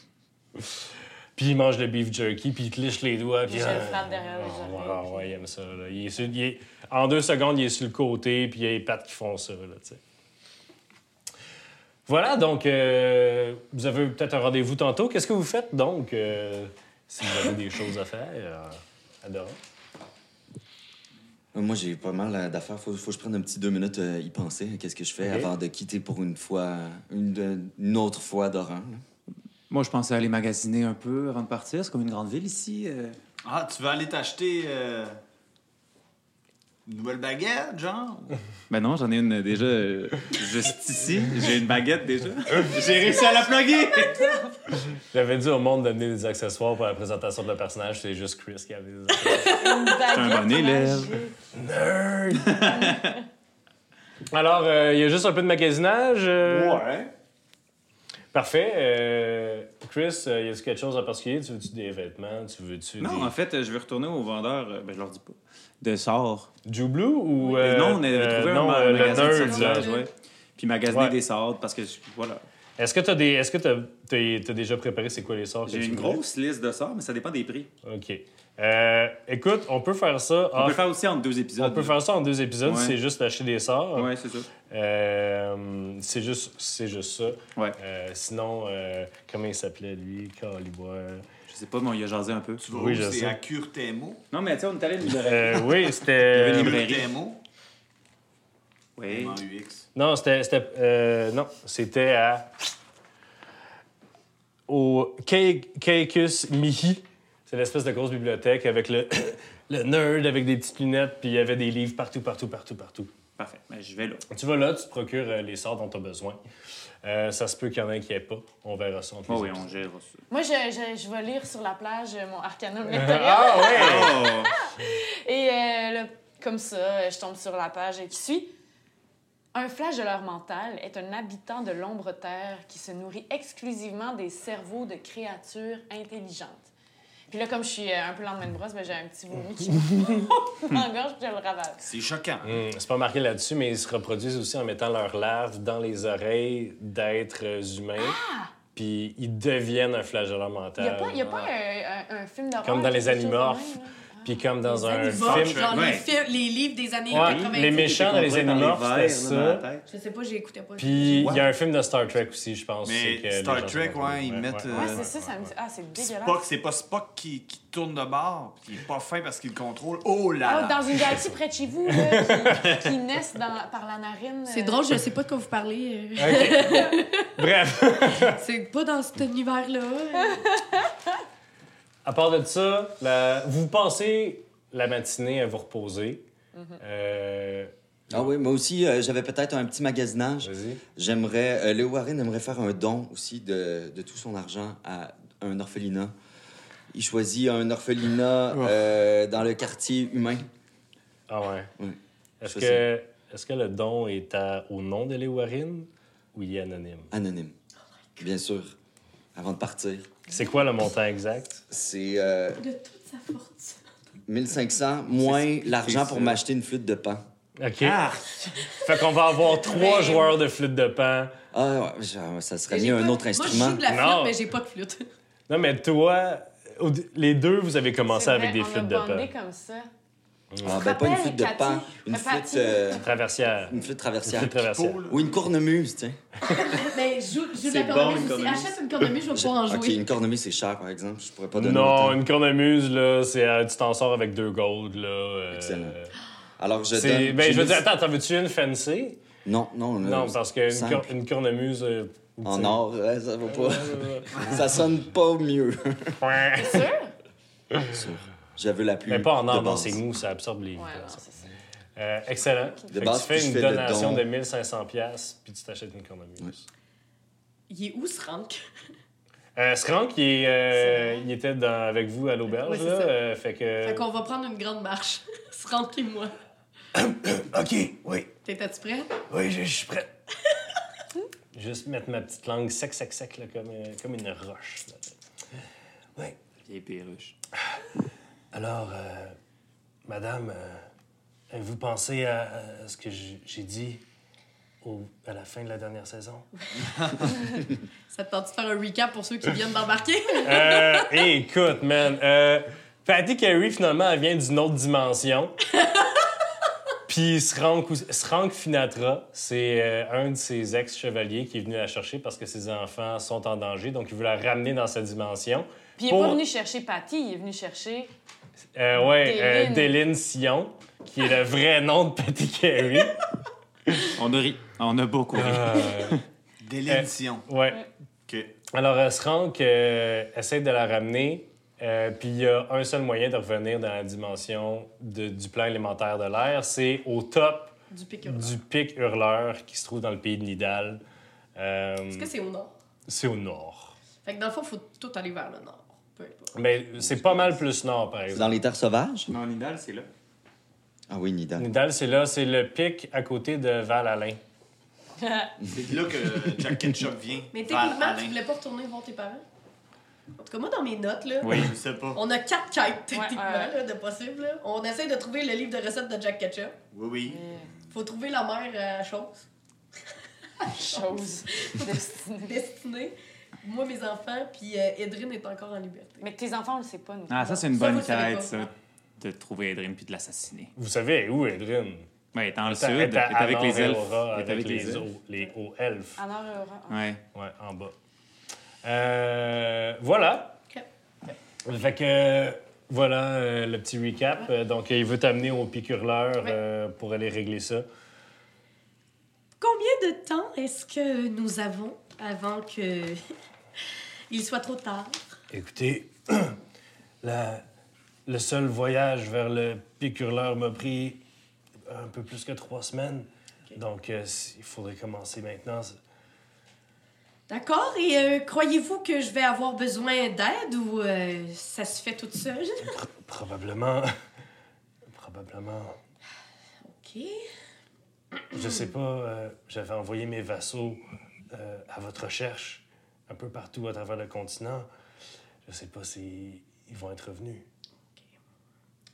[SPEAKER 4] Puis il mange le beef jerky, puis il te liche les doigts. Puis
[SPEAKER 2] Je le
[SPEAKER 4] Ah,
[SPEAKER 2] flatte derrière les
[SPEAKER 4] ah,
[SPEAKER 2] oreilles,
[SPEAKER 4] ah,
[SPEAKER 2] puis-
[SPEAKER 4] ouais, il aime ça. là. Il est sur- il est- En deux secondes, il est sur le côté, puis il y a les pattes qui font ça. Là, tu sais. voilà, donc, euh, vous avez peut-être un rendez-vous tantôt. Qu'est-ce que vous faites donc euh, si vous avez des choses à faire. euh, adorant.
[SPEAKER 1] Moi, j'ai pas mal euh, d'affaires. Faut, faut que je prenne un petit deux minutes euh, y penser. Qu'est-ce que je fais
[SPEAKER 4] Ok.
[SPEAKER 1] avant de quitter pour une fois, une, de- une autre fois d'Oran? là.
[SPEAKER 6] Moi, je pensais aller magasiner un peu avant de partir. C'est comme une grande ville ici. euh.
[SPEAKER 5] Ah, tu vas aller t'acheter euh, une nouvelle baguette, genre?
[SPEAKER 6] Ben non, j'en ai une déjà euh, juste ici. J'ai une baguette déjà. J'ai réussi à la plugger!
[SPEAKER 4] J'avais dit au monde d'amener des accessoires pour la présentation de le personnage, c'est juste Chris qui avait des accessoires.
[SPEAKER 2] Une baguette
[SPEAKER 6] un bon élève.
[SPEAKER 2] magique.
[SPEAKER 4] Alors, euh, il y a juste un peu de magasinage. euh,
[SPEAKER 5] Ouais.
[SPEAKER 4] Parfait. Euh, Chris, euh, y a-tu quelque chose en particulier? Tu veux-tu des vêtements? Tu veux-tu
[SPEAKER 6] Non, en fait, euh, je vais retourner au vendeur, euh, ben je leur dis pas, de sorts.
[SPEAKER 4] des... Du blue ou...
[SPEAKER 6] Mais
[SPEAKER 4] euh,
[SPEAKER 6] non, on avait
[SPEAKER 4] euh,
[SPEAKER 6] trouvé
[SPEAKER 4] non,
[SPEAKER 6] un,
[SPEAKER 4] euh, le
[SPEAKER 6] magasin de
[SPEAKER 4] nerd, là.
[SPEAKER 6] sortilèges, ouais. Puis magasiner
[SPEAKER 4] Ouais.
[SPEAKER 6] des sorts parce que, je- voilà.
[SPEAKER 4] Est-ce que t'as des... Est-ce que t'as, t'as- t'as déjà préparé c'est quoi les sorts que
[SPEAKER 6] J'ai
[SPEAKER 4] tu
[SPEAKER 6] une
[SPEAKER 4] voulais?
[SPEAKER 6] grosse liste de sorts, mais ça dépend des prix.
[SPEAKER 4] OK. Euh, écoute, on peut faire ça...
[SPEAKER 6] On
[SPEAKER 4] off-
[SPEAKER 6] peut faire aussi entre deux épisodes.
[SPEAKER 4] Ah, on peut faire ça en deux épisodes,
[SPEAKER 6] Ouais.
[SPEAKER 4] c'est juste acheter des sorts.
[SPEAKER 6] Ouais, c'est ça.
[SPEAKER 4] Euh, c'est juste, c'est juste ça.
[SPEAKER 6] Ouais.
[SPEAKER 4] Euh, sinon, euh, comment il s'appelait lui, Caliboire.
[SPEAKER 6] Je sais pas, mais on y a jasé un peu.
[SPEAKER 5] Tu vas
[SPEAKER 4] Oui,
[SPEAKER 5] où?
[SPEAKER 4] je
[SPEAKER 5] C'est
[SPEAKER 4] sais.
[SPEAKER 5] à Curtemo.
[SPEAKER 6] Non, mais tu sais, on est allé une
[SPEAKER 4] Euh, oui,
[SPEAKER 6] avait
[SPEAKER 4] c'était.
[SPEAKER 6] les- Librairie.
[SPEAKER 5] Curtemo.
[SPEAKER 6] Oui.
[SPEAKER 5] En UX.
[SPEAKER 4] Non, c'était, c'était, euh, non, c'était à au Cai- Caicus Mihi. C'est l'espèce de grosse bibliothèque avec le le nerd avec des petites lunettes, puis il y avait des livres partout, partout, partout, partout.
[SPEAKER 6] Parfait. Ben, je vais là.
[SPEAKER 4] Tu vas là, tu te procures euh, les sorts dont tu as besoin. Euh, ça se peut qu'il y en ait qui aient pas. On verra ça. entre
[SPEAKER 6] Oh,
[SPEAKER 4] les
[SPEAKER 6] oui,
[SPEAKER 4] épisodes.
[SPEAKER 6] on gère ça.
[SPEAKER 2] Moi, je, je, je vais lire sur la plage euh, mon Arcanum Lectorium.
[SPEAKER 4] Ah ouais.
[SPEAKER 6] Oh!
[SPEAKER 2] Et euh, là, comme ça, euh, je tombe sur la page qui suit. Un flash de leur mental est un habitant de l'ombre-terre qui se nourrit exclusivement des cerveaux de créatures intelligentes. Puis là, comme je suis euh, un peu lendemain de brosse, ben, j'ai un petit vomi qui m'engorge puis je le ravale.
[SPEAKER 5] C'est choquant.
[SPEAKER 4] Hmm, c'est pas marqué là-dessus, mais ils se reproduisent aussi en mettant leurs larves dans les oreilles d'êtres humains. Puis ils deviennent un flageolet
[SPEAKER 2] Ah! Il n'y a
[SPEAKER 4] mental.
[SPEAKER 2] pas, y a pas un, un- un film d'horreur.
[SPEAKER 4] Comme dans
[SPEAKER 2] qui
[SPEAKER 4] les
[SPEAKER 2] fait quelque chose de
[SPEAKER 4] animorphes.
[SPEAKER 2] même, là?
[SPEAKER 4] Puis comme dans
[SPEAKER 2] Les
[SPEAKER 4] un
[SPEAKER 3] Animorphes,
[SPEAKER 4] film...
[SPEAKER 3] genre les,
[SPEAKER 6] Ouais.
[SPEAKER 3] films- les livres des années
[SPEAKER 4] Ouais,
[SPEAKER 3] 90.
[SPEAKER 4] les méchants dans les
[SPEAKER 6] J'étais compris
[SPEAKER 4] animorphes,
[SPEAKER 6] par
[SPEAKER 4] c'était
[SPEAKER 6] les verres, là,
[SPEAKER 4] ça.
[SPEAKER 6] dans la tête.
[SPEAKER 3] Je sais pas, j'écoutais pas.
[SPEAKER 4] Puis il y a un film de Star Trek aussi, je pense.
[SPEAKER 5] Mais
[SPEAKER 4] c'est que les
[SPEAKER 5] Star
[SPEAKER 4] gens se
[SPEAKER 5] Trek,
[SPEAKER 4] reproduisent.
[SPEAKER 5] ouais, ils mettent,
[SPEAKER 2] Ouais,
[SPEAKER 5] Euh,
[SPEAKER 2] c'est ça, ça me dit. Ah, c'est dégueulasse.
[SPEAKER 5] Spock, c'est pas Spock qui, qui tourne de bord, puis qui est pas fin parce qu'il le contrôle. Oh là
[SPEAKER 2] Ah,
[SPEAKER 5] là!
[SPEAKER 2] dans une galaxie près de chez vous, là, qui, qui naissent dans- par la narine.
[SPEAKER 3] C'est
[SPEAKER 2] euh,
[SPEAKER 3] drôle, je sais pas de quoi vous parlez. euh,
[SPEAKER 4] OK. Bref,
[SPEAKER 3] C'est pas dans cet univers-là. euh.
[SPEAKER 4] à part de ça, la- vous pensez la matinée à vous reposer.
[SPEAKER 2] Mm-hmm.
[SPEAKER 4] Euh,
[SPEAKER 1] Ah oui, moi aussi, euh, j'avais peut-être un petit magasinage.
[SPEAKER 4] Vas-y.
[SPEAKER 1] J'aimerais, euh, Léo Warren aimerait faire un don aussi de, de tout son argent à un orphelinat. Il choisit un
[SPEAKER 4] Oh.
[SPEAKER 1] orphelinat euh, dans le quartier humain.
[SPEAKER 4] Ah ouais.
[SPEAKER 1] Oui. Ça,
[SPEAKER 4] Est-ce que, est que le don est à- au nom de Léo Warren ou il est anonyme?
[SPEAKER 1] Anonyme. Bien sûr. Avant de partir.
[SPEAKER 4] C'est quoi le montant exact?
[SPEAKER 1] C'est euh,
[SPEAKER 3] De toute sa fortune.
[SPEAKER 1] 1500 moins l'argent pour m'acheter une flûte de pan.
[SPEAKER 4] OK.
[SPEAKER 5] Ah!
[SPEAKER 4] Fait qu'on va avoir trois joueurs de flûte de pan.
[SPEAKER 1] Ah, ouais, ça- ça serait
[SPEAKER 3] Mais j'ai
[SPEAKER 1] mieux un
[SPEAKER 3] pas-
[SPEAKER 1] autre
[SPEAKER 3] Moi, je
[SPEAKER 1] instrument.
[SPEAKER 3] joue de la flûte,
[SPEAKER 4] Non.
[SPEAKER 3] mais j'ai pas de flûte.
[SPEAKER 4] Non, mais toi, au- les deux, vous avez commencé
[SPEAKER 2] c'est vrai,
[SPEAKER 4] avec des
[SPEAKER 2] on
[SPEAKER 4] flûtes
[SPEAKER 2] a
[SPEAKER 4] de
[SPEAKER 2] bondé
[SPEAKER 4] pan.
[SPEAKER 2] comme ça.
[SPEAKER 1] Ah, ben, pas une
[SPEAKER 2] Rappelle,
[SPEAKER 1] flûte de
[SPEAKER 2] Cathy.
[SPEAKER 1] pan, une
[SPEAKER 2] Euh,
[SPEAKER 1] flûte,
[SPEAKER 2] Patty.
[SPEAKER 1] euh,
[SPEAKER 4] Traversière.
[SPEAKER 1] une flûte traversière.
[SPEAKER 4] Flûte traversière.
[SPEAKER 5] Cool, là.
[SPEAKER 1] Ou une cornemuse, tiens.
[SPEAKER 3] Mais joue, joue de
[SPEAKER 6] C'est
[SPEAKER 3] la
[SPEAKER 6] bon, une
[SPEAKER 3] cornemuse aussi.
[SPEAKER 6] cornemuse.
[SPEAKER 3] Achète une cornemuse, je vais
[SPEAKER 1] J'ai-
[SPEAKER 3] pouvoir en
[SPEAKER 1] Ok,
[SPEAKER 3] jouer.
[SPEAKER 1] une cornemuse, c'est cher, par exemple. Je pourrais pas donner.
[SPEAKER 4] Non,
[SPEAKER 1] autant.
[SPEAKER 4] une cornemuse, là, c'est euh, tu t'en sors avec deux golds, là. euh,
[SPEAKER 1] Excellent. Alors, je
[SPEAKER 4] c'est-
[SPEAKER 1] donne.
[SPEAKER 4] ben, je veux
[SPEAKER 1] j'ai
[SPEAKER 4] dire,
[SPEAKER 1] mis-
[SPEAKER 4] attends, t'en veux-tu une fancy?
[SPEAKER 1] Non, non,
[SPEAKER 4] non, parce qu'une
[SPEAKER 1] simple.
[SPEAKER 4] cor- une cornemuse. euh,
[SPEAKER 1] En
[SPEAKER 4] tu-
[SPEAKER 1] or, ouais, ça va pas.
[SPEAKER 4] Euh.
[SPEAKER 1] ça sonne pas mieux.
[SPEAKER 2] C'est sûr?
[SPEAKER 1] Je veux la plus.
[SPEAKER 4] Mais pas en
[SPEAKER 1] de
[SPEAKER 4] or, non,
[SPEAKER 1] base.
[SPEAKER 4] c'est mou, ça absorbe les
[SPEAKER 2] Ouais, non,
[SPEAKER 4] vibrations.
[SPEAKER 2] c'est ça.
[SPEAKER 4] Euh, excellent. Fait que
[SPEAKER 1] base,
[SPEAKER 4] tu fais
[SPEAKER 1] tu
[SPEAKER 4] une
[SPEAKER 1] fais le
[SPEAKER 4] donation
[SPEAKER 1] don.
[SPEAKER 4] de 1500 pièces puis tu t'achètes une cornemuse.
[SPEAKER 3] Il est où ce rank?
[SPEAKER 4] Euh, Srank, il, est, euh,
[SPEAKER 2] C'est vrai.
[SPEAKER 4] il était dans- avec vous à l'auberge,
[SPEAKER 3] Ouais, c'est
[SPEAKER 4] là.
[SPEAKER 3] ça.
[SPEAKER 4] euh, fait que...
[SPEAKER 3] Fait qu'on va prendre une grande marche. ce rank et moi.
[SPEAKER 5] OK, oui,
[SPEAKER 3] T'étais-tu prêt?
[SPEAKER 5] oui, je je suis prêt.
[SPEAKER 4] Juste mettre ma petite langue sec, sec, sec, là, comme, euh, comme une roche. là.
[SPEAKER 6] Vieille perruche.
[SPEAKER 4] Alors, euh, madame, euh, avez-vous pensé à, à ce que j- j'ai dit au- à la fin de la dernière saison?
[SPEAKER 3] Ça te tente de faire un recap pour ceux qui viennent d'embarquer?
[SPEAKER 4] Euh, écoute, man. euh, Patty Carey, finalement, elle vient d'une autre dimension. Puis Srank, ou- Srank Finatra, c'est euh, un de ses ex-chevaliers qui est venu la chercher parce que ses enfants sont en danger, donc il veut la ramener dans sa dimension.
[SPEAKER 2] Puis il est
[SPEAKER 4] Pour-
[SPEAKER 2] pas venu chercher Patty, il est venu chercher.
[SPEAKER 4] Euh, ouais, euh,
[SPEAKER 2] Déline.
[SPEAKER 4] Déline Sion, qui est le vrai nom de Patty Carey.
[SPEAKER 6] On a ri. On a beaucoup ri.
[SPEAKER 4] Euh,
[SPEAKER 5] Délénition.
[SPEAKER 4] ouais.
[SPEAKER 5] OK.
[SPEAKER 4] Alors, euh, Srank euh, essaie de la ramener, euh, puis il y a un seul moyen de revenir dans la dimension de- du plan élémentaire de l'air, c'est au top
[SPEAKER 3] Du pic hurlant.
[SPEAKER 4] du pic hurleur qui se trouve dans le pays de Nidal. Euh,
[SPEAKER 3] Est-ce que c'est au nord?
[SPEAKER 4] c'est au nord.
[SPEAKER 3] Fait que dans le fond, faut tout aller vers le nord. Peu importe.
[SPEAKER 4] Mais c'est pas mal plus nord, par
[SPEAKER 1] C'est
[SPEAKER 4] exemple.
[SPEAKER 1] dans les terres sauvages?
[SPEAKER 6] Non, Nidal, c'est là.
[SPEAKER 1] Ah oui, Nidan.
[SPEAKER 4] Nidal, c'est là, c'est le pic à côté de Val-Alain.
[SPEAKER 5] C'est de là que Jack Ketchup vient.
[SPEAKER 3] Mais
[SPEAKER 5] vers
[SPEAKER 3] techniquement, tu
[SPEAKER 5] Alain.
[SPEAKER 3] voulais pas retourner voir tes parents? En tout cas, moi, dans mes notes, là,
[SPEAKER 6] Oui.
[SPEAKER 5] Je sais pas.
[SPEAKER 3] on a quatre quêtes, techniquement,
[SPEAKER 2] ouais.
[SPEAKER 3] là, de possible. là. On essaie de trouver le livre de recettes de Jack Ketchup.
[SPEAKER 5] Oui, oui.
[SPEAKER 3] Faut trouver la mère à chose,
[SPEAKER 2] Chose destinée.
[SPEAKER 3] destinée. Moi, mes enfants, puis euh, Edrine est encore en liberté.
[SPEAKER 2] Mais tes enfants, on le sait pas, nous.
[SPEAKER 6] Ah, ça, c'est une
[SPEAKER 3] Ça, vous
[SPEAKER 6] bonne
[SPEAKER 3] le savez
[SPEAKER 6] quête,
[SPEAKER 3] pas.
[SPEAKER 6] ça. De trouver Edrine puis de l'assassiner.
[SPEAKER 4] Vous savez où, Edrine?
[SPEAKER 6] Ouais, elle est dans le sud,
[SPEAKER 4] Elle
[SPEAKER 6] elle est avec
[SPEAKER 4] Anor
[SPEAKER 6] les
[SPEAKER 4] et
[SPEAKER 6] elfes.
[SPEAKER 4] Aura,
[SPEAKER 6] Elle est avec les elfes.
[SPEAKER 4] hauts- les hauts elfes.
[SPEAKER 2] Anor et Aura. ah.
[SPEAKER 6] Ouais.
[SPEAKER 4] Ouais, en bas. Euh, voilà.
[SPEAKER 3] Ok.
[SPEAKER 4] Fait que euh, voilà euh, le petit recap. Euh, Donc, euh, il veut t'amener au piqûreleur
[SPEAKER 3] Ouais.
[SPEAKER 4] euh, pour aller régler ça.
[SPEAKER 3] Combien de temps est-ce que nous avons avant que il soit trop tard?
[SPEAKER 4] Écoutez, la- le seul voyage vers le piqûreleur m'a pris un peu plus que trois semaines. Donc, euh, s- il faudrait commencer maintenant. C'est-
[SPEAKER 3] D'accord, et euh, croyez-vous que je vais avoir besoin d'aide ou euh, ça se fait toute seule?
[SPEAKER 4] pr- probablement. probablement.
[SPEAKER 3] OK.
[SPEAKER 4] Je sais pas, euh, j'avais envoyé mes vassaux euh, à votre recherche un peu partout à travers le continent. Je sais pas si ils vont être revenus.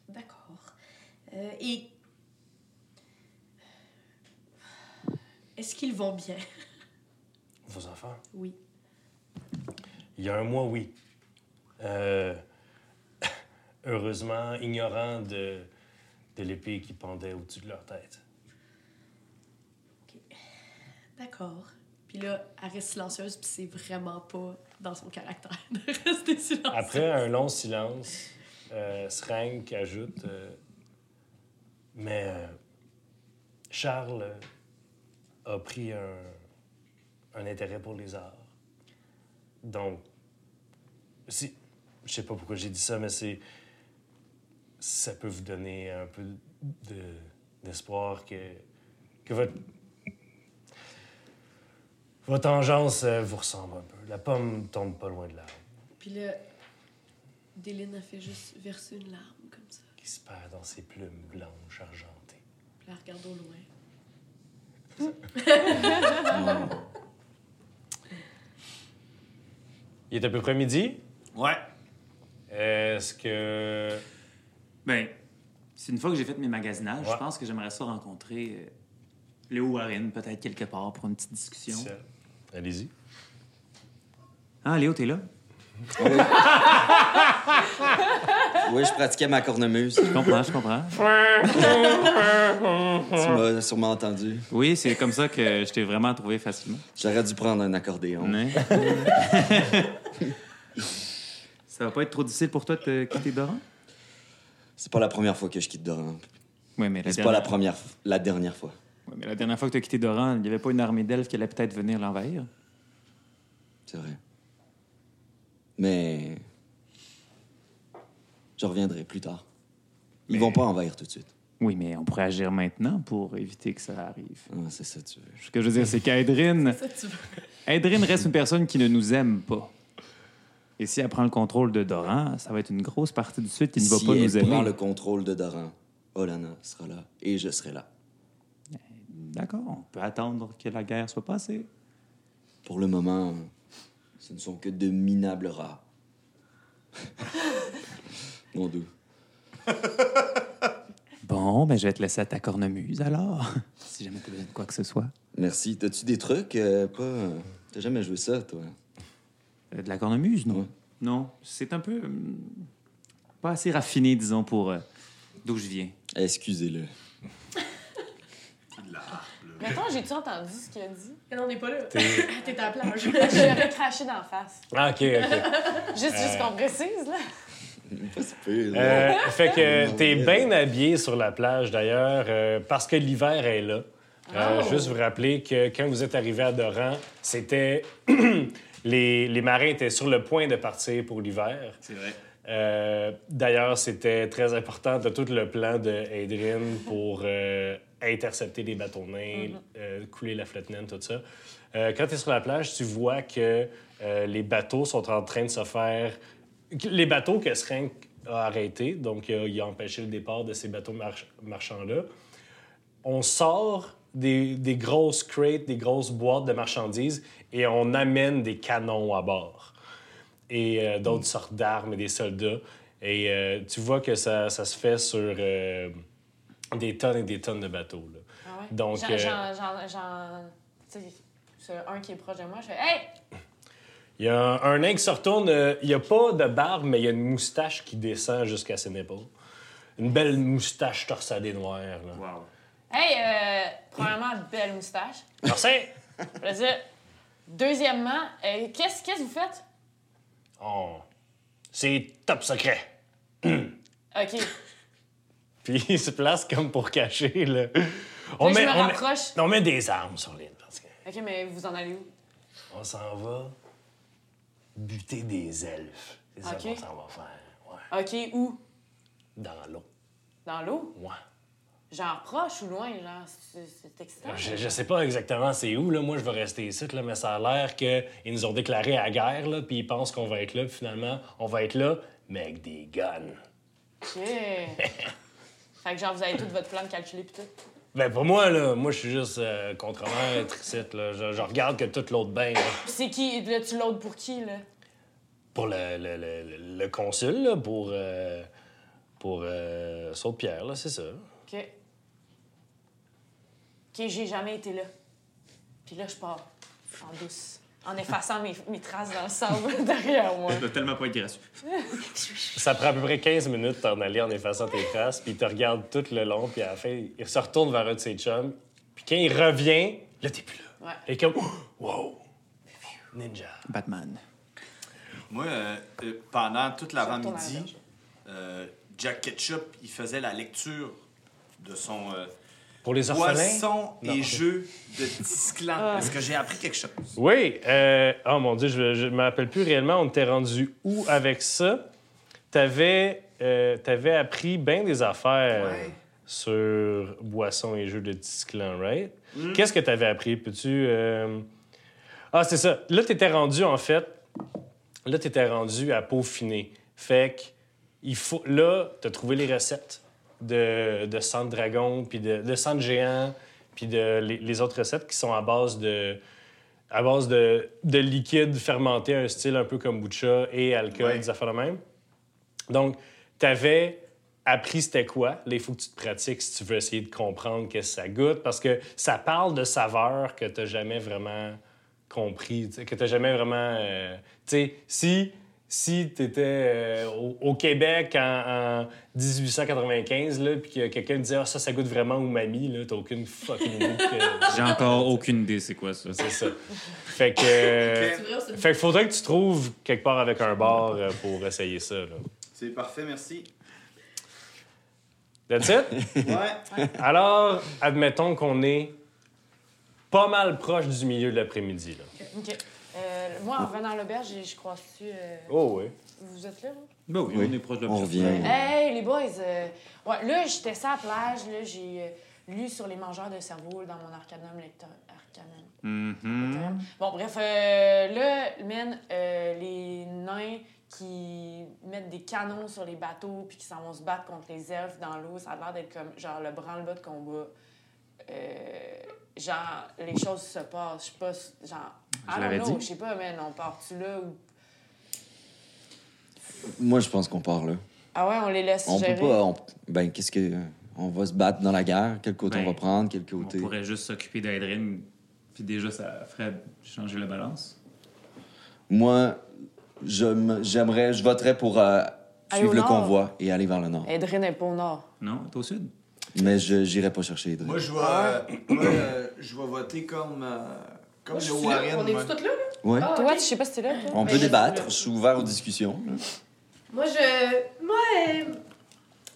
[SPEAKER 3] D'accord. Euh, et. Est-ce qu'ils vont bien?
[SPEAKER 4] Vos enfants?
[SPEAKER 3] Oui.
[SPEAKER 4] Il y a un mois, oui. Euh, heureusement, ignorant de, de l'épée qui pendait au-dessus de leur tête.
[SPEAKER 3] D'accord. Puis là, elle reste silencieuse, puis c'est vraiment pas dans son caractère de rester silencieuse.
[SPEAKER 4] Après un long silence, euh, Srang qui ajoute euh, Mais euh, Charles a pris un, un intérêt pour les arts. Donc, si, je sais pas pourquoi j'ai dit ça, mais c'est. Ça peut vous donner un peu de- d'espoir que, que votre. Votre engeance euh, vous ressemble un peu. La pomme tombe pas loin de l'arbre.
[SPEAKER 3] Puis là, Déline a fait juste verser une larme comme ça.
[SPEAKER 4] qui se perd dans ses plumes blanches argentées.
[SPEAKER 3] Puis la regarde au loin.
[SPEAKER 4] Il est à peu près midi.
[SPEAKER 5] Ouais.
[SPEAKER 4] Est-ce que.
[SPEAKER 6] Ben, c'est une fois que j'ai fait mes magasinages,
[SPEAKER 4] Ouais.
[SPEAKER 6] je pense que j'aimerais ça rencontrer euh, Léo Warren, peut-être quelque part, pour une petite discussion.
[SPEAKER 4] Allez-y.
[SPEAKER 6] Ah, Léo, t'es là?
[SPEAKER 1] Oui, je pratiquais ma cornemuse.
[SPEAKER 6] Je comprends, je comprends.
[SPEAKER 1] tu m'as sûrement entendu.
[SPEAKER 6] Oui, c'est comme ça que je t'ai vraiment trouvé facilement. Hein?
[SPEAKER 1] J'aurais dû prendre un accordéon.
[SPEAKER 6] Mais- ça va pas être trop difficile pour toi de te quitter Doran?
[SPEAKER 1] C'est pas la première fois que je quitte Doran.
[SPEAKER 6] Oui, mais la
[SPEAKER 1] C'est pas la
[SPEAKER 6] dernière...
[SPEAKER 1] première, f- la dernière fois.
[SPEAKER 6] Ouais, mais la dernière fois que t'as quitté Doran, il y avait pas une armée d'elfes qui allait peut-être venir l'envahir.
[SPEAKER 1] C'est vrai. Mais. Je reviendrai plus tard. Ils
[SPEAKER 6] Mais-
[SPEAKER 1] vont pas envahir tout de suite.
[SPEAKER 6] Oui, mais on pourrait agir maintenant pour éviter que ça arrive.
[SPEAKER 1] Ah, c'est ça, tu veux.
[SPEAKER 6] Ce que je veux dire, c'est qu'Aedrine...
[SPEAKER 3] Ça, tu veux.
[SPEAKER 6] Adrien reste une personne qui ne nous aime pas. Et si elle prend le contrôle de Doran, ça va être une grosse partie du suite qui ne va
[SPEAKER 1] si
[SPEAKER 6] pas
[SPEAKER 1] elle
[SPEAKER 6] nous
[SPEAKER 1] prend
[SPEAKER 6] aimer.
[SPEAKER 1] le contrôle de Doran, Olana sera là et je serai là.
[SPEAKER 6] D'accord, on peut attendre que la guerre soit passée.
[SPEAKER 1] Pour le moment, ce ne sont que de minables rats. Mon doux.
[SPEAKER 6] Bon, ben je vais te laisser à ta cornemuse alors, si jamais t'as besoin de quoi que ce soit.
[SPEAKER 1] Merci. T'as-tu des trucs? euh, pas... euh, T'as jamais joué ça, toi?
[SPEAKER 6] Euh, de la cornemuse, non?
[SPEAKER 1] Ouais.
[SPEAKER 6] Non, c'est un peu... hum,
[SPEAKER 1] Eh,
[SPEAKER 6] pas assez raffiné, disons, pour euh, d'où je viens.
[SPEAKER 1] Excusez-le.
[SPEAKER 2] Mettons, j'ai-tu entendu ce qu'il a dit?
[SPEAKER 3] On n'est pas là.
[SPEAKER 4] T'es-
[SPEAKER 3] T'es à la plage.
[SPEAKER 2] J'aurais craché d'en face.
[SPEAKER 4] Ah, OK, OK.
[SPEAKER 2] Juste, juste qu'on précise, là.
[SPEAKER 1] Pas si pire, là.
[SPEAKER 4] Euh, fait que t'es bien habillé sur la plage, d'ailleurs, euh, parce que l'hiver est là. Euh,
[SPEAKER 3] Oh.
[SPEAKER 4] Juste vous rappeler que quand vous êtes arrivé à Doran, c'était... les, les marins étaient sur le point de partir pour l'hiver.
[SPEAKER 6] C'est vrai.
[SPEAKER 4] Euh, D'ailleurs, c'était très important de tout le plan de Adrian pour euh, intercepter les bâtonnets, euh, couler la flotte naine, tout ça. Euh, quand tu es sur la plage, tu vois que euh, les bateaux sont en train de se faire. que- Les bateaux que Srank a arrêtés, donc euh, il a empêché le départ de ces bateaux march- marchands-là. On sort des, des grosses crates, des grosses boîtes de marchandises et on amène des canons à bord et
[SPEAKER 2] Mm.
[SPEAKER 4] euh, d'autres sortes d'armes et des soldats. Et euh, tu vois que ça, ça se fait sur euh, des tonnes et des tonnes de bateaux. là.
[SPEAKER 2] Ah ouais?
[SPEAKER 4] Donc,
[SPEAKER 2] J'en-
[SPEAKER 4] euh,
[SPEAKER 2] j'en- j'en- j'en- tu sais, c'est un qui est proche de moi, je fais Hey!
[SPEAKER 4] Il y a un nain qui se retourne, euh, il n'y a pas de barbe, mais il y a une moustache qui descend jusqu'à ses épaules. Une belle moustache torsadée noire. Là.
[SPEAKER 6] Wow.
[SPEAKER 2] Hey! euh, premièrement, belle moustache.
[SPEAKER 4] Merci!
[SPEAKER 2] Après ça, Deuxièmement, euh, qu'est-ce qu'est-ce que vous faites?
[SPEAKER 4] On- Oh, C'est top secret!
[SPEAKER 2] OK.
[SPEAKER 4] Puis il se place comme pour cacher. Là.
[SPEAKER 2] Là, je me
[SPEAKER 4] on,
[SPEAKER 2] rapproche.
[SPEAKER 4] on met des armes sur l'île. parce que
[SPEAKER 2] OK, mais vous en allez où?
[SPEAKER 4] On s'en va buter des elfes. C'est ça
[SPEAKER 2] Ok.
[SPEAKER 4] qu'on s'en va faire. Ouais.
[SPEAKER 2] OK, où?
[SPEAKER 4] Dans l'eau.
[SPEAKER 2] Dans l'eau?
[SPEAKER 4] Ouais.
[SPEAKER 2] Genre proche ou loin? Genre, c'est- c'est excitant.
[SPEAKER 4] Je, je sais pas exactement c'est où, là. Moi, je vais rester ici, là, mais ça a l'air qu'ils nous ont déclaré à guerre, là, puis ils pensent qu'on va être là, puis finalement, on va être là, mais avec des guns.
[SPEAKER 2] OK. fait que genre, vous avez tout votre plan de calculer pis tout.
[SPEAKER 4] Ben, pour moi, là, moi, je suis juste euh, contremaître ici, là. Je, je regarde que tout l'autre bain, là.
[SPEAKER 2] Pis c'est qui? Là, tu l'autre pour qui, là?
[SPEAKER 4] Pour le, le- le- le consul, là, pour. euh, pour. euh, Saute-Pierre, là, c'est ça.
[SPEAKER 2] OK. OK, j'ai jamais été là. Puis là, je pars en douce, en effaçant mes, mes traces dans le sable derrière moi.
[SPEAKER 6] Ça doit tellement pas être gracieux.
[SPEAKER 4] Ça prend à peu près 15 minutes de t'en aller en effaçant tes traces, puis il te regarde tout le long, puis à la fin, il se retourne vers un de ses chums. Puis quand il revient, là, t'es plus là.
[SPEAKER 2] Ouais.
[SPEAKER 4] Et comme, oh, wow, ninja.
[SPEAKER 6] Batman.
[SPEAKER 5] Moi, euh, euh, pendant toute
[SPEAKER 2] Je retourne à la
[SPEAKER 5] l'avant-midi, euh, Jack Ketchup, il faisait la lecture de son euh,
[SPEAKER 4] Pour les orphelins?
[SPEAKER 5] Poissons
[SPEAKER 4] Non,
[SPEAKER 5] et
[SPEAKER 4] ok.
[SPEAKER 5] jeux de Disclan. Est-ce que j'ai appris quelque chose?
[SPEAKER 4] Oui. euh, oh mon Dieu, je je me rappelle plus réellement, on t'est rendu où avec ça? T'avais euh, t'avais appris bien des affaires
[SPEAKER 5] Ouais.
[SPEAKER 4] sur boissons et jeux de Disclan, right?
[SPEAKER 5] Mm.
[SPEAKER 4] Qu'est-ce que t'avais appris? Peux-tu... euh, Ah, c'est ça. Là, t'étais rendu, en fait... Là, t'étais rendu à peaufiner. Fait que... Il faut... Là, t'as trouvé les recettes de, de sang de dragon, puis de, de sang de géant, puis de les, les autres recettes qui sont à base de... À base de, de liquide fermenté, un style un peu comme kombucha et alcool,
[SPEAKER 5] Ouais.
[SPEAKER 4] des affaires de même. Donc, t'avais appris c'était quoi. Là, il faut que tu te pratiques si tu veux essayer de comprendre qu'est-ce que ça goûte, parce que ça parle de saveurs que t'as jamais vraiment compris, tu sais, que t'as jamais vraiment... euh, tu sais, si, si t'étais euh, au, au Québec en, en 1895, là, puis que quelqu'un te disait « Ah, ça, ça goûte vraiment au mamie », là, t'as aucune fucking idée que-
[SPEAKER 6] J'ai encore aucune idée c'est quoi ça.
[SPEAKER 4] C'est ça. Fait que... euh,
[SPEAKER 3] C'est vrai, c'est
[SPEAKER 4] Fait que faudrait que tu trouves quelque part avec un bar euh, pour essayer ça, là.
[SPEAKER 5] C'est parfait, merci.
[SPEAKER 4] That's it?
[SPEAKER 5] Ouais.
[SPEAKER 4] Alors, admettons qu'on est pas mal proche du milieu de l'après-midi. Là.
[SPEAKER 2] OK. Euh, moi, en revenant à l'auberge, je- je croise-tu... euh,
[SPEAKER 4] Oh oui.
[SPEAKER 2] Vous êtes là, vous?
[SPEAKER 6] Bah oui,
[SPEAKER 1] Oui.
[SPEAKER 6] on est proche de
[SPEAKER 1] On
[SPEAKER 6] l'objectif.
[SPEAKER 1] revient.
[SPEAKER 2] Hey, les boys! euh, Ouais, là, j'étais sur la plage, là, j'ai euh, lu sur les mangeurs de cerveau dans mon Arcanum lecteur. Arcanum.
[SPEAKER 4] Mm-hmm.
[SPEAKER 6] Mhm.
[SPEAKER 2] Bon, bref, euh, là, man, euh, les nains qui mettent des canons sur les bateaux puis qui s'en vont se battre contre les elfes dans l'eau, ça a l'air d'être comme, genre, le branle-bas de combat. Euh, genre, les choses se passent. Je sais pas, si- genre,
[SPEAKER 6] Je
[SPEAKER 2] I
[SPEAKER 6] l'avais
[SPEAKER 2] don't know,
[SPEAKER 6] dit.
[SPEAKER 2] je sais pas, man, on part-tu là ou...
[SPEAKER 1] Moi, je pense qu'on part là.
[SPEAKER 2] Ah ouais, on les laisse
[SPEAKER 1] On
[SPEAKER 2] gérer.
[SPEAKER 1] peut pas. on- Ben, qu'est-ce que. On va se battre dans la guerre. Quel côté
[SPEAKER 6] Ben,
[SPEAKER 1] on va prendre, quel
[SPEAKER 6] On
[SPEAKER 1] côté.
[SPEAKER 6] pourrait juste s'occuper d'Adrien, puis déjà ça ferait changer la balance.
[SPEAKER 1] Moi, je m- j'aimerais. Je voterais pour euh,
[SPEAKER 2] Aller au
[SPEAKER 1] suivre le
[SPEAKER 2] nord. Eh.
[SPEAKER 1] convoi et aller vers le nord.
[SPEAKER 2] Edrin est pas au nord.
[SPEAKER 6] Non, t'es au sud?
[SPEAKER 1] Mais je n'irai pas chercher Idriss.
[SPEAKER 5] Moi, je vais, euh, moi, euh, je vais voter comme, euh, comme
[SPEAKER 3] Moi, je
[SPEAKER 5] le
[SPEAKER 3] suis là.
[SPEAKER 5] Warren.
[SPEAKER 3] On est
[SPEAKER 5] moi.
[SPEAKER 3] tous là, là?
[SPEAKER 1] Ouais.
[SPEAKER 3] Ah,
[SPEAKER 2] Bah, Toi,
[SPEAKER 3] ok.
[SPEAKER 2] je sais pas si t'es là, toi.
[SPEAKER 1] On
[SPEAKER 3] Mais
[SPEAKER 1] peut
[SPEAKER 3] je-
[SPEAKER 1] débattre, je suis ouvert aux discussions. là.
[SPEAKER 3] Moi, je. Moi, euh,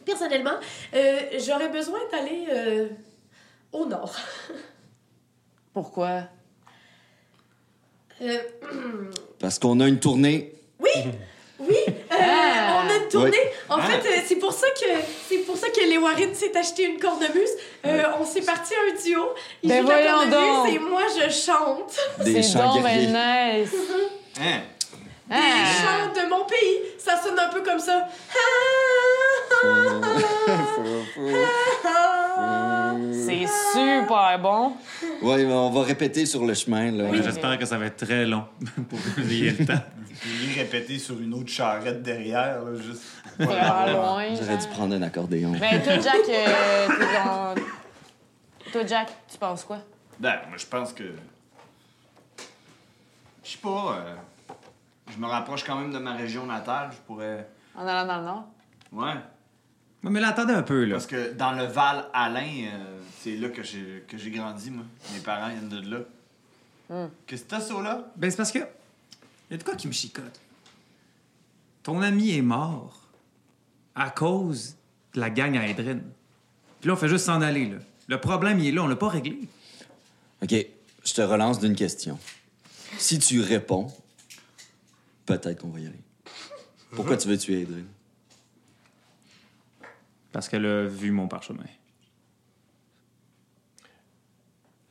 [SPEAKER 3] personnellement, euh, j'aurais besoin d'aller euh, au nord.
[SPEAKER 2] Pourquoi?
[SPEAKER 3] Euh,
[SPEAKER 1] Parce qu'on a une tournée.
[SPEAKER 3] oui, euh,
[SPEAKER 2] Ah.
[SPEAKER 3] on a une tournée. En fait, euh, c'est pour ça que c'est pour ça que les Warren s'est acheté une cornemuse. Euh, On s'est parti un duo. Il
[SPEAKER 2] Ben
[SPEAKER 3] joue la
[SPEAKER 2] voyons
[SPEAKER 3] cornemuse
[SPEAKER 2] donc.
[SPEAKER 3] et moi je chante.
[SPEAKER 1] Des
[SPEAKER 2] C'est
[SPEAKER 1] chants
[SPEAKER 2] donc
[SPEAKER 1] guerriers.
[SPEAKER 2] ben nice.
[SPEAKER 5] Hein?
[SPEAKER 2] Ah.
[SPEAKER 3] Et je chante de mon pays. Ça sonne un peu comme ça. Ah, Ah,
[SPEAKER 2] C'est super bon.
[SPEAKER 1] ouais, mais on va répéter sur le chemin. Là.
[SPEAKER 2] Oui.
[SPEAKER 6] J'espère que ça va être très long pour que vous ayez le temps.
[SPEAKER 5] Je l'ai répété sur une autre charrette derrière, là, juste.
[SPEAKER 2] Vraiment loin.
[SPEAKER 1] J'aurais dû
[SPEAKER 2] genre.
[SPEAKER 1] prendre un accordéon.
[SPEAKER 2] Ben, toi, Jack, euh, t'es dans- Toi, Jack, tu penses quoi?
[SPEAKER 5] Ben, moi, je pense que. Je sais pas. euh, Je me rapproche quand même de ma région natale. Je pourrais.
[SPEAKER 2] En allant dans le Nord?
[SPEAKER 5] Ouais.
[SPEAKER 6] Ouais, mais là, attendez un peu, là.
[SPEAKER 5] Parce que dans le Val Alain, euh, c'est là que j'ai que j'ai grandi, moi. Mes parents viennent de là.
[SPEAKER 3] Hmm.
[SPEAKER 5] Qu'est-ce que t'as, ça, là?
[SPEAKER 6] Ben, c'est parce que. Il y a de quoi qui me chicote. Ton ami est mort à cause de la gang à Edrin. Puis là, on fait juste s'en aller, là. Le problème, il est là, on l'a pas réglé.
[SPEAKER 1] OK, je te relance d'une question. Si tu réponds, peut-être qu'on va y aller. Pourquoi tu veux tuer Adrien?
[SPEAKER 6] Parce qu'elle a vu mon parchemin.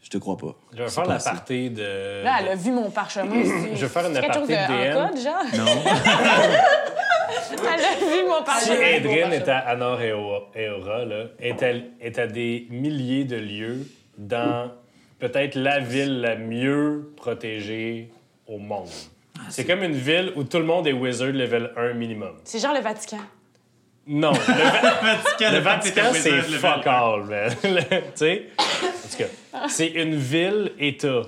[SPEAKER 1] Je te crois pas.
[SPEAKER 4] Je vais
[SPEAKER 1] C'est
[SPEAKER 4] faire
[SPEAKER 1] pas
[SPEAKER 4] la
[SPEAKER 1] ça.
[SPEAKER 4] partie de.
[SPEAKER 2] Là, elle a vu mon parchemin aussi.
[SPEAKER 4] Euh, Je vais faire une
[SPEAKER 2] C'est quelque chose de
[SPEAKER 4] aparté de
[SPEAKER 2] en code, genre?
[SPEAKER 6] Non.
[SPEAKER 2] Elle a vu mon
[SPEAKER 4] Si
[SPEAKER 2] parchemin.
[SPEAKER 4] Edrin est à Anor et Aura- et Aura, là, est, à, est à des milliers de lieux dans peut-être la ville la mieux protégée au monde. C'est comme une ville où tout le monde est wizard level 1 minimum.
[SPEAKER 2] C'est genre le Vatican.
[SPEAKER 4] Non, le, Va-
[SPEAKER 6] Vatican,
[SPEAKER 4] le Vatican, c'est fuck all, man. Le- Tu sais? En tout cas, c'est une ville-État.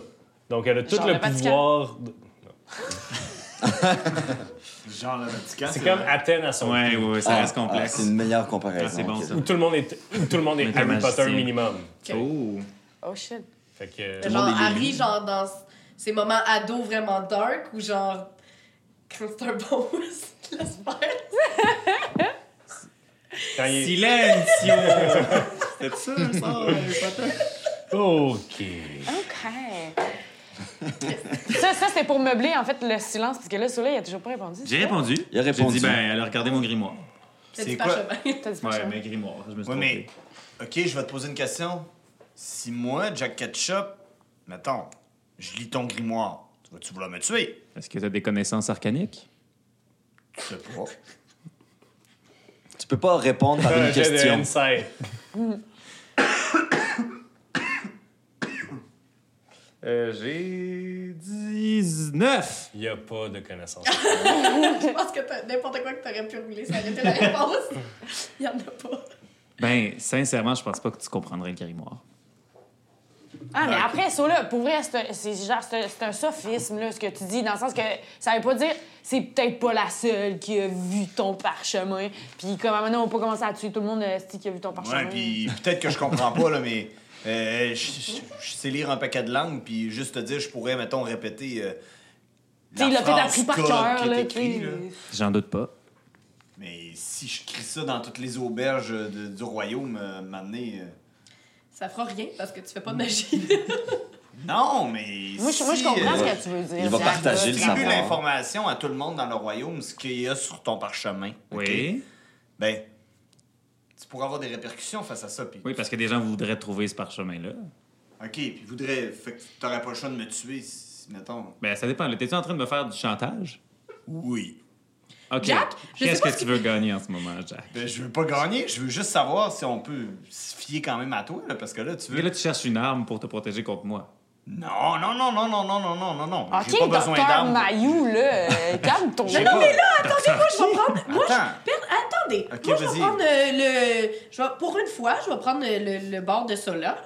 [SPEAKER 4] Donc, elle a tout
[SPEAKER 2] Genre
[SPEAKER 4] le,
[SPEAKER 2] le Vatican.
[SPEAKER 4] pouvoir. de-
[SPEAKER 5] Genre le Vatican.
[SPEAKER 4] C'est comme
[SPEAKER 5] vrai.
[SPEAKER 4] Athènes à son
[SPEAKER 6] Ouais, ouais,
[SPEAKER 4] pied.
[SPEAKER 6] ouais, ça
[SPEAKER 1] Ah,
[SPEAKER 6] reste complexe.
[SPEAKER 1] ah, c'est une meilleure
[SPEAKER 6] Ah,
[SPEAKER 1] comparaison.
[SPEAKER 6] c'est bon,
[SPEAKER 1] que-
[SPEAKER 6] ça.
[SPEAKER 4] Où tout le monde est, où tout le monde est
[SPEAKER 6] Mais
[SPEAKER 4] Harry
[SPEAKER 6] t'as
[SPEAKER 4] Potter
[SPEAKER 6] magicien.
[SPEAKER 4] minimum.
[SPEAKER 6] Oh.
[SPEAKER 2] Oh shit.
[SPEAKER 4] Fait que.
[SPEAKER 3] genre
[SPEAKER 1] monde est
[SPEAKER 3] Harry, genre dans ses moments ados vraiment dark ou genre quand c'est un bon j'espère.
[SPEAKER 4] Quand il est-
[SPEAKER 6] Silencio! C'était ça, le sort, Harry Potter?
[SPEAKER 4] OK.
[SPEAKER 2] OK. ça, ça c'est pour meubler, en fait, le silence, parce que là, celui-là, il a toujours pas répondu.
[SPEAKER 6] J'ai répondu.
[SPEAKER 1] Il a répondu.
[SPEAKER 6] J'ai dit, ben, elle a regardé mon grimoire.
[SPEAKER 3] C'est
[SPEAKER 5] C'est
[SPEAKER 3] du
[SPEAKER 5] quoi?
[SPEAKER 3] parchemin.
[SPEAKER 2] T'as dit pas
[SPEAKER 6] Ouais,
[SPEAKER 2] ça.
[SPEAKER 6] mais grimoire, je me suis
[SPEAKER 5] Ouais,
[SPEAKER 6] trompé.
[SPEAKER 5] mais. Ok, je vais te poser une question. Si moi, Jack Ketchup, mettons, je lis ton grimoire, tu vas-tu vouloir me tuer?
[SPEAKER 6] Est-ce que t'as des connaissances arcaniques?
[SPEAKER 5] Je sais pas.
[SPEAKER 1] Tu peux pas répondre par
[SPEAKER 4] Un
[SPEAKER 1] une
[SPEAKER 4] jet de
[SPEAKER 1] question.
[SPEAKER 4] insight.
[SPEAKER 5] Euh,
[SPEAKER 6] J'ai 19!
[SPEAKER 4] Il n'y a pas de connaissance.
[SPEAKER 3] Je pense que t'as- n'importe quoi que t'aurais pu rouler, ça aurait été la réponse. Il y en a pas.
[SPEAKER 6] Ben, sincèrement, je pense pas que tu comprendrais le grimoire.
[SPEAKER 2] Ah, mais après, ça, là, pour vrai, c'est un- c'est genre, c'est un- c'est un sophisme, là, ce que tu dis, dans le sens que ça veut pas dire c'est peut-être pas la seule qui a vu ton parchemin. Puis, comme à un moment, on peut commencer à tuer tout le monde euh, esti, qui a vu ton parchemin.
[SPEAKER 5] Ouais, puis peut-être que je comprends pas, là, mais euh, je- je je sais lire un paquet de langues, puis juste te dire, je pourrais, mettons, répéter. euh,
[SPEAKER 2] Tu sais, il l'a peut-être
[SPEAKER 5] phrase
[SPEAKER 2] appris par
[SPEAKER 5] code
[SPEAKER 2] cœur,
[SPEAKER 5] qui est
[SPEAKER 2] là, tu
[SPEAKER 5] écrite,
[SPEAKER 2] sais.
[SPEAKER 5] là.
[SPEAKER 6] J'en doute pas.
[SPEAKER 5] Mais si je crie ça dans toutes les auberges de- du royaume, euh, m'amener. euh,
[SPEAKER 3] Ça fera rien parce que tu fais pas
[SPEAKER 5] Hmm.
[SPEAKER 3] de magie.
[SPEAKER 5] Non, mais.
[SPEAKER 2] Moi, je, moi, je
[SPEAKER 5] si,
[SPEAKER 2] comprends
[SPEAKER 5] euh,
[SPEAKER 2] ce que tu veux dire.
[SPEAKER 1] Il va
[SPEAKER 2] Jack,
[SPEAKER 1] partager
[SPEAKER 2] là.
[SPEAKER 1] le
[SPEAKER 5] Distribue
[SPEAKER 1] savoir.
[SPEAKER 5] l'information à tout le monde dans le royaume, ce qu'il y a sur ton parchemin.
[SPEAKER 6] Oui.
[SPEAKER 5] OK? Ben, tu pourras avoir des répercussions face à ça. Puis,
[SPEAKER 6] Oui, parce que des gens voudraient trouver ce parchemin-là.
[SPEAKER 5] OK, puis voudrais. Fait que t'aurais pas le choix de me tuer, si, mettons.
[SPEAKER 6] Ben, ça dépend. là. T'es-tu en train de me faire du chantage?
[SPEAKER 5] Oui.
[SPEAKER 6] OK.
[SPEAKER 3] Jack, je sais
[SPEAKER 6] Qu'est-ce
[SPEAKER 3] pas
[SPEAKER 6] que tu veux gagner en ce moment, Jack?
[SPEAKER 5] Ben, je veux pas gagner, je veux juste savoir si on peut se fier quand même à toi, là, parce que là, tu
[SPEAKER 6] Et
[SPEAKER 5] veux.
[SPEAKER 6] là, tu cherches une arme pour te protéger contre moi.
[SPEAKER 5] Non, non, non, non, non, non, non, non, non, non.
[SPEAKER 2] Ok,
[SPEAKER 5] J'ai pas besoin
[SPEAKER 2] docteur
[SPEAKER 5] d'armes.
[SPEAKER 2] Mayou, là, euh, calme-toi.
[SPEAKER 5] J'ai pas-
[SPEAKER 3] Attendez, moi, je vais prendre. Moi,
[SPEAKER 5] Attends.
[SPEAKER 3] je... per- Attendez.
[SPEAKER 5] Ok,
[SPEAKER 3] moi, je vais
[SPEAKER 5] vas-y.
[SPEAKER 3] prendre euh, le. Je vais... Pour une fois, je vais prendre euh, le, le bord de ça là.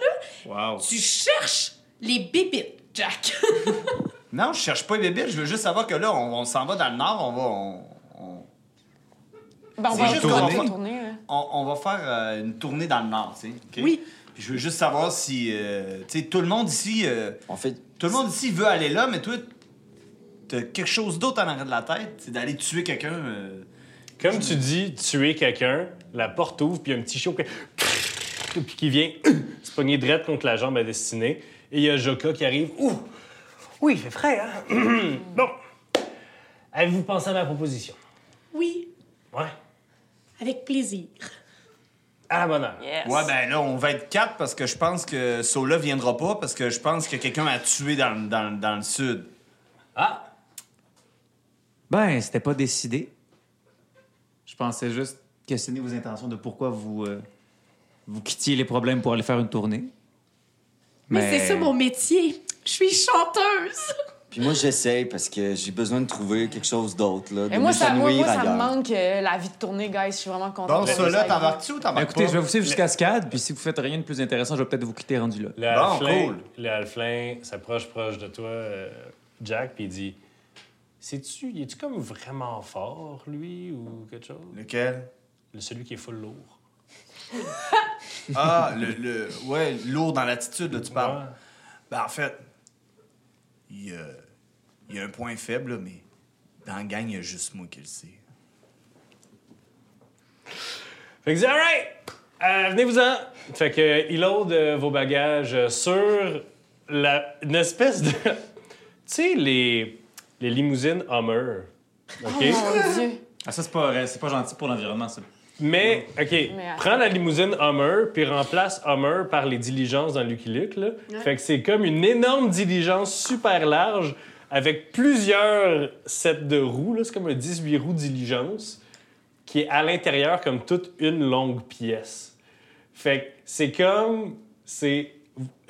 [SPEAKER 3] là.
[SPEAKER 6] Wow.
[SPEAKER 3] Tu cherches les bébites, Jack.
[SPEAKER 5] Non, je cherche pas les bébés, je veux juste savoir que là, on, on s'en va dans le nord, on va. on- on-
[SPEAKER 2] Ben, on
[SPEAKER 5] C'est
[SPEAKER 2] va
[SPEAKER 5] juste
[SPEAKER 2] on va
[SPEAKER 5] qu'on-
[SPEAKER 2] tourner, là.
[SPEAKER 5] on, on va faire euh, une tournée dans le Nord, tu sais. OK?
[SPEAKER 3] Oui.
[SPEAKER 5] Puis je veux juste savoir si, euh, tu sais, tout le monde ici, euh,
[SPEAKER 1] On fait.
[SPEAKER 5] tout le monde ici veut aller là, mais toi, t'as quelque chose d'autre en arrière de la tête, c'est d'aller tuer quelqu'un. euh.
[SPEAKER 4] Comme tu dis, tuer quelqu'un, la porte ouvre, puis il y a un petit chiot qui... puis qui vient se pogner drette contre la jambe à destinée. Et il y a Joka qui arrive. Ouh! Oui, il fait frais, hein? bon. Avez-vous pensé à ma proposition?
[SPEAKER 3] Oui,
[SPEAKER 4] Ouais.
[SPEAKER 3] avec plaisir.
[SPEAKER 4] À la bonne heure.
[SPEAKER 2] Yes.
[SPEAKER 5] Ouais, ben là, on va être quatre parce que je pense que Sola viendra pas parce que je pense que quelqu'un a tué dans, le- dans, le- dans le sud.
[SPEAKER 4] Ah!
[SPEAKER 6] Ben, c'était pas décidé. Je pensais juste questionner vos intentions de pourquoi vous, euh, vous quittiez les problèmes pour aller faire une tournée.
[SPEAKER 3] Mais, c'est ça mon métier. Je suis chanteuse.
[SPEAKER 1] Puis moi, j'essaye parce que j'ai besoin de trouver quelque chose d'autre, là. De
[SPEAKER 2] Et moi, ça, moi,
[SPEAKER 1] m'épanouir
[SPEAKER 2] moi, ça
[SPEAKER 1] ailleurs.
[SPEAKER 2] me manque euh, la vie de tournée, guys. Je suis vraiment contente.
[SPEAKER 5] Bon,
[SPEAKER 2] de
[SPEAKER 5] Sola,
[SPEAKER 2] ça.
[SPEAKER 5] t'embarques-tu ou
[SPEAKER 6] Ben,
[SPEAKER 5] t'embarques
[SPEAKER 6] écoutez,
[SPEAKER 5] pas?
[SPEAKER 6] je vais vous suivre jusqu'à Scad, puis si vous faites rien de plus intéressant, je vais peut-être vous quitter rendu là.
[SPEAKER 4] Le
[SPEAKER 5] Bon,
[SPEAKER 4] halfling,
[SPEAKER 5] cool.
[SPEAKER 4] le halfling s'approche proche de toi, euh, Jack, puis il dit Sais-tu, il est-tu comme vraiment fort, lui, ou quelque chose
[SPEAKER 5] Lequel?
[SPEAKER 4] Le- Celui qui est full lourd.
[SPEAKER 5] Ah, le, le. Ouais, lourd dans l'attitude, là, tu parles.
[SPEAKER 4] Ouais.
[SPEAKER 5] Ben, en fait, il y a, il y a un point faible, là, mais dans la gang, il y a juste moi qui le sais.
[SPEAKER 4] Fait que dit, all right, euh, venez-vous-en. Fait que euh, il load euh, vos bagages euh, sur la, une espèce de. tu sais, les, les limousines Hummer. OK?
[SPEAKER 2] Mon Dieu.
[SPEAKER 6] Ah, ça, c'est pas, euh, c'est pas gentil pour l'environnement, ça.
[SPEAKER 4] Mais, OK, prends la limousine Hummer, puis remplace Hummer par les diligences dans Lucky Luke. Là. Fait que c'est comme une énorme diligence super large avec plusieurs sets de roues. là. C'est comme un 18 roues diligence qui est à l'intérieur comme toute une longue pièce. Fait que c'est comme... C'est...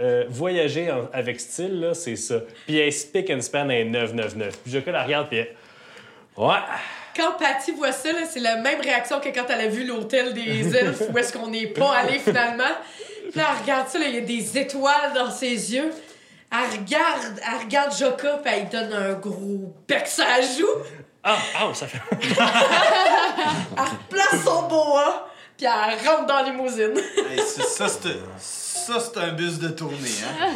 [SPEAKER 4] euh, voyager en- avec style, là, c'est ça. Puis elle speak and span est 999. Puis Joko la regarde, puis elle... Ouais!
[SPEAKER 3] Quand Patty voit ça, là, c'est la même réaction que quand elle a vu l'hôtel des elfes où est-ce qu'on n'est pas allé finalement. Puis là, elle regarde ça, là, il y a des étoiles dans ses yeux. Elle regarde, elle regarde Joka, puis elle lui donne un gros bec ça joue.
[SPEAKER 4] Ah! Ah! Ça fait...
[SPEAKER 3] Elle replace son boa, puis elle rentre dans la limousine.
[SPEAKER 5] ça, c'est ça, c'est un bus de tournée, hein?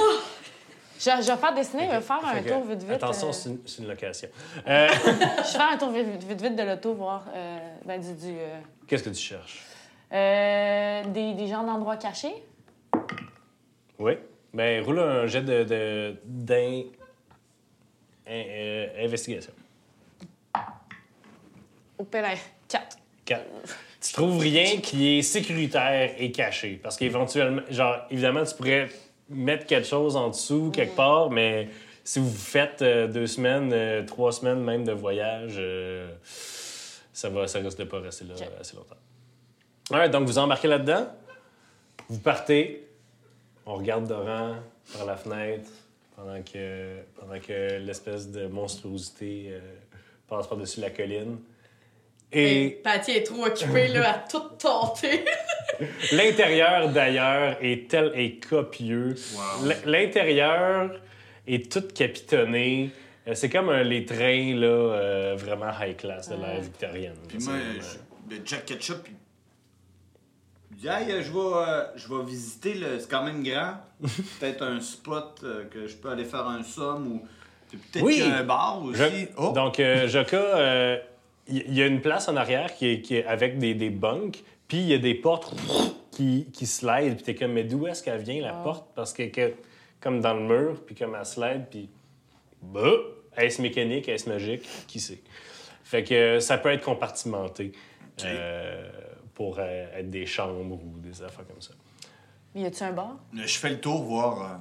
[SPEAKER 2] Je, je vais faire dessiner, je vais faire un
[SPEAKER 4] Fait que,
[SPEAKER 2] tour vite vite.
[SPEAKER 4] Attention,
[SPEAKER 2] euh,
[SPEAKER 4] c'est une, c'est une location. Euh,
[SPEAKER 2] Je vais faire un tour vite vite, vite de l'auto, voir euh, ben, du, du, euh,
[SPEAKER 4] Qu'est-ce que tu cherches?
[SPEAKER 2] euh, des, des gens d'endroits cachés.
[SPEAKER 4] Oui. Ben, roule un jet de. de- d'in- in- euh, investigation.
[SPEAKER 2] Au Pélin. 4.
[SPEAKER 4] Quatre. Tu trouves rien qui est sécuritaire et caché. Parce qu'éventuellement, genre, évidemment, tu pourrais mettre quelque chose en dessous, quelque part, mais si vous faites euh, deux semaines, euh, trois semaines même de voyage, euh, ça, va, ça risque de pas rester là
[SPEAKER 2] Ok.
[SPEAKER 4] assez longtemps. All right, donc vous embarquez là-dedans, vous partez, on regarde Doran par la fenêtre pendant que, pendant que l'espèce de monstruosité euh, passe par-dessus la colline. Et...
[SPEAKER 3] Et Patty est trop occupée là, à tout tenter.
[SPEAKER 4] L'intérieur d'ailleurs est tel et copieux. L- L'intérieur est tout capitonné. Euh, C'est comme un- les trains là, euh, vraiment high class de l'ère victorienne.
[SPEAKER 5] Puis
[SPEAKER 4] C'est euh,
[SPEAKER 5] moi,
[SPEAKER 4] vraiment-
[SPEAKER 5] je, ben, Jack Ketchup, il il dit, hey, euh, je vais, euh, je vais visiter, le... c'est quand même grand. Peut-être un spot euh, que je peux aller faire un somme ou. puis Peut-être
[SPEAKER 4] Oui.
[SPEAKER 5] qu'il y a un bar aussi.
[SPEAKER 4] Je-
[SPEAKER 5] Oh!
[SPEAKER 4] Donc, euh, Joka, euh, il y, y a une place en arrière qui est, qui est avec des, des bunks, puis il y a des portes qui, qui slide, puis t'es comme, mais d'où est-ce qu'elle vient la porte? Parce que, que- comme dans le mur, puis comme elle slide, puis. Bah! Est-ce mécanique, est-ce magique? Qui sait? Fait que euh, ça peut être compartimenté euh, pour euh, être des chambres ou des affaires comme ça.
[SPEAKER 2] Y a-tu un bar?
[SPEAKER 5] Je fais le tour voir. euh,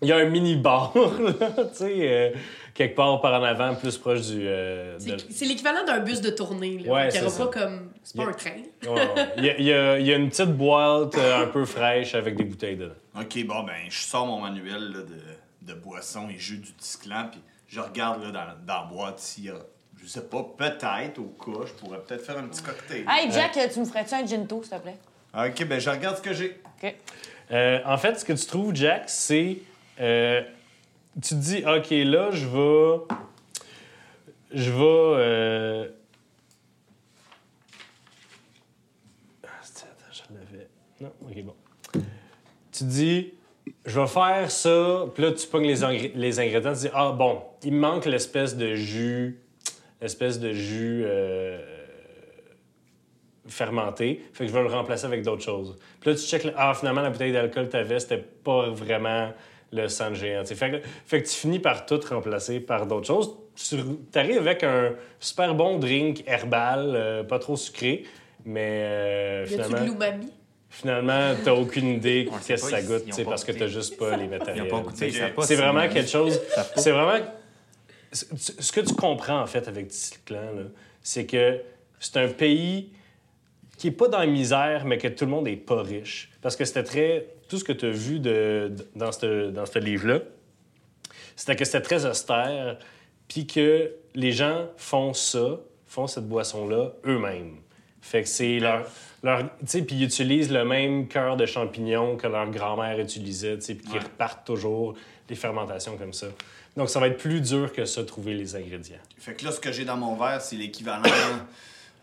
[SPEAKER 4] Il y a un mini bar, là, tu sais, euh, quelque part par en avant, plus proche du. euh, de-
[SPEAKER 3] C'est c'est l'équivalent d'un bus de tournée. Là,
[SPEAKER 4] Ouais,
[SPEAKER 3] Il y aura
[SPEAKER 4] c'est ça.
[SPEAKER 3] pas comme. C'est pas
[SPEAKER 4] Il y a-
[SPEAKER 3] un train.
[SPEAKER 4] Ouais, ouais. Il y, a- il y a- il y a une petite boîte euh, un peu fraîche avec des bouteilles dedans.
[SPEAKER 5] OK, bon, ben, je sors mon manuel là, de, de boissons et jus du Tisclan, puis je regarde là, dans, dans la boîte s'il y a, je sais pas, peut-être, au cas, je pourrais peut-être faire un petit cocktail.
[SPEAKER 2] Hey, Jack, tu me ferais-tu un gin tonic, s'il te plaît?
[SPEAKER 5] OK, ben, je regarde ce que j'ai.
[SPEAKER 2] OK.
[SPEAKER 4] Euh, en fait, ce que tu trouves, Jack, c'est. euh, tu te dis, OK, là, je vais. Je vais. euh, Ah, c'est- Non? OK, bon. Tu dis, je vais faire ça. Puis là, tu pognes les, ingré- les ingrédients. Tu dis, ah, bon, il me manque l'espèce de jus... L'espèce de jus... euh, fermenté. Fait que je vais le remplacer avec d'autres choses. Puis là, tu checkes... le- Ah, finalement, la bouteille d'alcool que t'avais, c'était pas vraiment le sang géant. tu sais. Fait que, fait que tu finis par tout remplacer par d'autres choses. Tu arrives avec un super bon drink herbal, euh, pas trop sucré, mais euh,
[SPEAKER 3] Y a-tu de
[SPEAKER 4] finalement...
[SPEAKER 3] l'umami?
[SPEAKER 4] Finalement, t'as aucune idée
[SPEAKER 7] On le sait
[SPEAKER 4] qu'est-ce que
[SPEAKER 7] pas,
[SPEAKER 4] ça
[SPEAKER 7] ils- ils
[SPEAKER 4] goûte,
[SPEAKER 7] ont
[SPEAKER 4] tu sais,
[SPEAKER 7] pas
[SPEAKER 4] parce que
[SPEAKER 7] goûté.
[SPEAKER 4] t'as juste pas les
[SPEAKER 7] Ils
[SPEAKER 4] matériels.
[SPEAKER 7] n'ont pas goûté,
[SPEAKER 5] c'est-
[SPEAKER 7] ça passe.
[SPEAKER 4] C'est vraiment
[SPEAKER 7] mais-
[SPEAKER 4] quelque chose.
[SPEAKER 7] Ça passe.
[SPEAKER 4] C'est vraiment. c'est- Ce que tu comprends, en fait, avec Disclan, c'est que c'est un pays qui est pas dans la misère, mais que tout le monde est pas riche. Parce que c'était très. Tout ce que tu as vu de, de- dans ce dans ce livre-là, c'était que c'était très austère, puis que les gens font ça, font cette boisson-là eux-mêmes. Fait que c'est leur. leur tu sais, puis ils utilisent le même cœur de champignon que leur grand-mère utilisait, tu sais, puis qui repartent toujours des fermentations comme ça. Donc ça va être plus dur que ça, trouver les ingrédients.
[SPEAKER 5] Fait que là, ce que j'ai dans mon verre, c'est l'équivalent.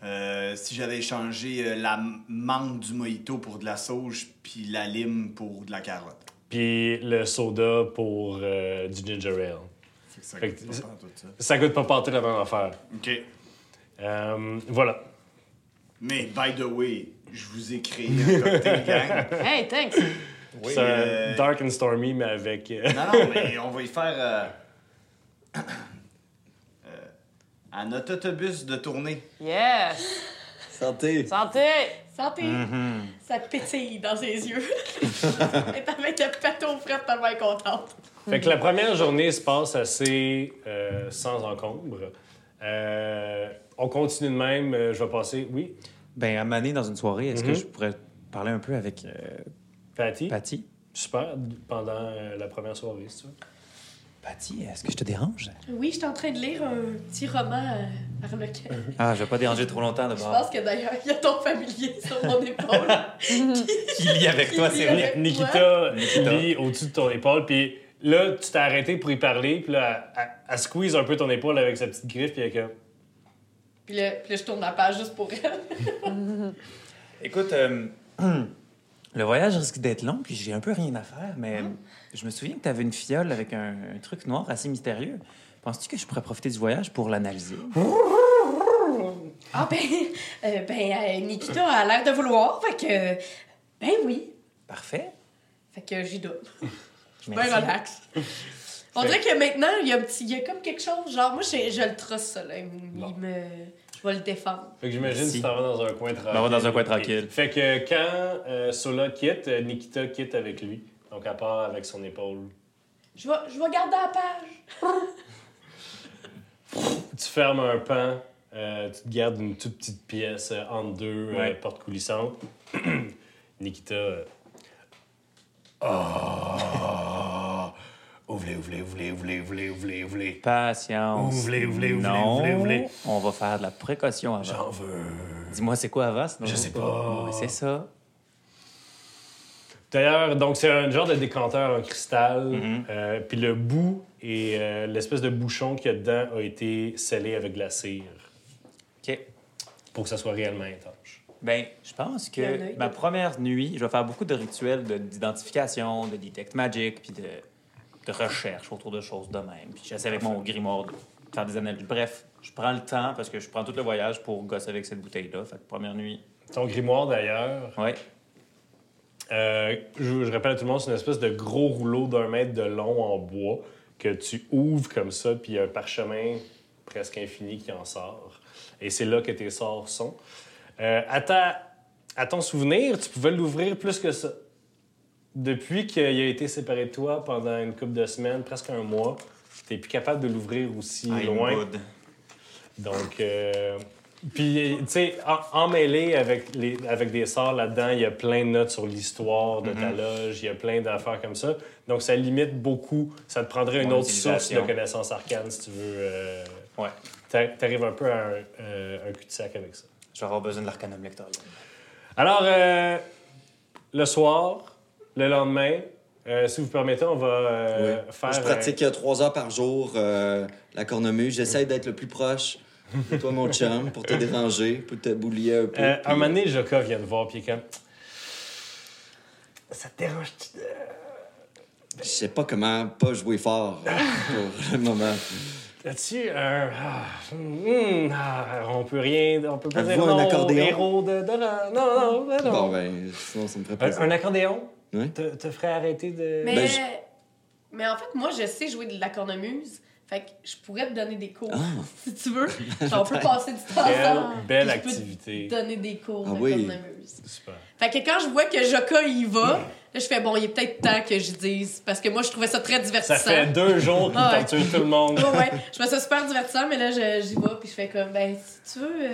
[SPEAKER 5] euh, si j'avais échangé euh, la mangue du mojito pour de la sauge, puis la lime pour de la carotte.
[SPEAKER 4] Puis le soda pour euh, du ginger ale.
[SPEAKER 5] Fait que ça
[SPEAKER 4] Fait
[SPEAKER 5] coûte
[SPEAKER 4] que-
[SPEAKER 5] pas tant tout ça.
[SPEAKER 4] Ça goûte pas partout la même affaire.
[SPEAKER 5] OK.
[SPEAKER 4] Euh, voilà.
[SPEAKER 5] Mais, by the way, je vous ai créé un cocktail gang.
[SPEAKER 2] Hey, thanks!
[SPEAKER 5] Oui,
[SPEAKER 4] c'est un
[SPEAKER 5] euh,
[SPEAKER 4] dark and stormy, mais avec. euh,
[SPEAKER 5] Non, non, mais on va y faire... euh, euh, à notre autobus de tournée.
[SPEAKER 2] Yes!
[SPEAKER 1] Santé.
[SPEAKER 2] Santé!
[SPEAKER 3] Santé! Ça te pétille dans ses yeux. Et avec le plateau frais tellement contente.
[SPEAKER 4] Fait que la première journée se passe assez euh, sans encombre. Euh, on continue de même. euh, Je vais passer. Oui,
[SPEAKER 7] Ben, à Mané, dans une soirée, est-ce
[SPEAKER 4] Mhm.
[SPEAKER 7] que je pourrais parler un peu avec euh,
[SPEAKER 4] Patty.
[SPEAKER 7] Patty?
[SPEAKER 4] Super. Pendant euh, la première soirée, si tu veux.
[SPEAKER 7] Patty, est-ce que je te dérange?
[SPEAKER 3] Oui, j'étais en train de lire un petit roman euh, par lequel.
[SPEAKER 7] Ah, je vais pas déranger trop longtemps
[SPEAKER 6] Mm-hmm.
[SPEAKER 3] Je
[SPEAKER 7] d'abord.
[SPEAKER 3] pense que d'ailleurs, il y a ton familier sur mon épaule.
[SPEAKER 7] Qui lit avec toi, c'est
[SPEAKER 3] Qui lit
[SPEAKER 7] vrai.
[SPEAKER 3] avec-
[SPEAKER 4] Nikita lit au-dessus de ton épaule, puis là, tu t'es arrêté pour y parler, puis là, elle, elle- elle squeeze un peu ton épaule avec sa petite griffe, puis elle est comme.
[SPEAKER 3] puis, là, puis là, je tourne la page juste pour elle.
[SPEAKER 7] Écoute, euh, le voyage risque d'être long, puis j'ai un peu rien à faire, mais euh, je me souviens que tu avais une fiole avec un, un truc noir assez mystérieux. Penses-tu que je pourrais profiter du voyage pour l'analyser?
[SPEAKER 3] Ah ben, euh, ben euh, Nikita a l'air de vouloir, fait que. Ben oui.
[SPEAKER 7] Parfait.
[SPEAKER 3] Fait que j'y donne. Ben
[SPEAKER 7] Merci.
[SPEAKER 3] relax. On dirait que maintenant, il y a, un petit, il y a comme quelque chose, genre, moi, je, je le trosse, ça, là. Il me... Je vais le défendre.
[SPEAKER 4] Fait que j'imagine que
[SPEAKER 7] Merci.
[SPEAKER 4] tu t'en vas dans un coin tranquille.
[SPEAKER 7] va dans un coin tranquille.
[SPEAKER 4] Fait que quand euh, Sola quitte, euh, Nikita quitte avec lui. Donc, elle part avec son épaule.
[SPEAKER 3] Je vais, je vais garder la page.
[SPEAKER 4] tu fermes un pan, euh, tu te gardes une toute petite pièce euh, entre deux euh,
[SPEAKER 7] Ouais.
[SPEAKER 4] portes coulissantes. Nikita. euh,
[SPEAKER 5] Oh! Ouvrez, ouvrez, ouvrez, ouvrez, ouvrez, ouvrez, ouvrez.
[SPEAKER 7] Patience.
[SPEAKER 5] Ouvrez, ouvrez, ouvrez,
[SPEAKER 7] non,
[SPEAKER 5] ouvrez, ouvrez.
[SPEAKER 7] on va faire de la précaution avant.
[SPEAKER 5] J'en veux.
[SPEAKER 7] Dis-moi, c'est quoi avant? sinon
[SPEAKER 5] Je sais pas.
[SPEAKER 7] Oui, c'est ça.
[SPEAKER 4] D'ailleurs, donc c'est un genre de décanteur en cristal. euh, Puis le bout et euh, l'espèce de bouchon qu'il y a dedans a été scellé avec de la cire
[SPEAKER 7] OK.
[SPEAKER 4] pour que ça soit réellement étanche.
[SPEAKER 7] Ben, je pense
[SPEAKER 3] Il y en a
[SPEAKER 7] que
[SPEAKER 3] eu.
[SPEAKER 7] ma première nuit, je vais faire beaucoup de rituels de- d'identification, de, detect magic, puis de, de recherche autour de choses de même. Puis j'essaie avec mon grimoire de faire des analyses. Bref, je prends le temps parce que je prends tout le voyage pour gosser avec cette bouteille-là. Fait que première nuit,
[SPEAKER 4] Ton grimoire, d'ailleurs,
[SPEAKER 7] ouais.
[SPEAKER 4] Euh, je, je rappelle à tout le monde, c'est une espèce de gros rouleau d'un mètre de long en bois que tu ouvres comme ça, puis il y a un parchemin presque infini qui en sort. Et c'est là que tes sorts sont. Euh, à, ta- à ton souvenir, tu pouvais l'ouvrir plus que ça. Depuis qu'il a été séparé de toi pendant une couple de semaines, presque un mois, t'es plus capable de l'ouvrir aussi
[SPEAKER 6] Ah,
[SPEAKER 7] I'm
[SPEAKER 4] loin.
[SPEAKER 7] good.
[SPEAKER 4] Donc, euh, puis, tu sais, en- emmêlé avec, les, avec des sorts là-dedans, il y a plein de notes sur l'histoire de ta loge, il y a plein d'affaires comme ça. Donc, ça limite beaucoup. Ça te prendrait une
[SPEAKER 7] Mon
[SPEAKER 4] autre source de
[SPEAKER 7] utilisation.
[SPEAKER 4] connaissances arcanes si tu veux. euh,
[SPEAKER 7] Ouais.
[SPEAKER 4] t'a- T'arrives un peu à un, euh, un cul-de-sac avec ça.
[SPEAKER 7] Je vais avoir besoin de l'arcanum lectorium.
[SPEAKER 4] Alors, euh, le soir, le lendemain, euh, si vous permettez, on va euh,
[SPEAKER 1] Ouais.
[SPEAKER 4] faire.
[SPEAKER 1] je pratique euh, trois heures par jour euh, la cornemuse. J'essaie d'être le plus proche de toi, mon chum, pour te déranger, pour te boulier un peu.
[SPEAKER 4] Euh,
[SPEAKER 1] puis-
[SPEAKER 4] un moment donné, Joka vient de voir, puis il est comme.
[SPEAKER 8] Ça te dérange
[SPEAKER 1] Je sais pas comment pas jouer fort pour le moment.
[SPEAKER 4] As-tu un. ah, hmm, ah, on peut rien. On peut pas dire
[SPEAKER 1] Avez-vous
[SPEAKER 4] non
[SPEAKER 1] un
[SPEAKER 4] au
[SPEAKER 1] accordéon?
[SPEAKER 4] héros de Dolan. Non, non, ben non.
[SPEAKER 1] Bon, ben, sinon, ça me ferait
[SPEAKER 4] un,
[SPEAKER 1] plaisir.
[SPEAKER 4] un accordéon
[SPEAKER 1] Oui.
[SPEAKER 4] te, te ferait arrêter de.
[SPEAKER 3] Mais,
[SPEAKER 1] Ben, je-
[SPEAKER 3] mais en fait, moi, je sais jouer de la cornemuse. Fait que je pourrais te donner des cours,
[SPEAKER 1] Ah,
[SPEAKER 3] si tu veux. Genre, on peut passer du temps ensemble.
[SPEAKER 4] Quelle belle
[SPEAKER 3] puis je peux te
[SPEAKER 4] activité.
[SPEAKER 3] donner des cours
[SPEAKER 1] Ah
[SPEAKER 3] de
[SPEAKER 1] oui.
[SPEAKER 3] cornemuse.
[SPEAKER 4] Super.
[SPEAKER 3] Fait que quand je vois que Joka y va, là, je fais bon, il est peut-être temps que je dise. Parce que moi, je trouvais ça très divertissant.
[SPEAKER 4] Ça fait deux jours qu'il
[SPEAKER 3] Ah ouais.
[SPEAKER 4] torture tout le monde.
[SPEAKER 3] Ouais, ouais. Je trouvais ça super divertissant, mais là, je- j'y vais, puis je fais comme, ben, si tu veux, euh,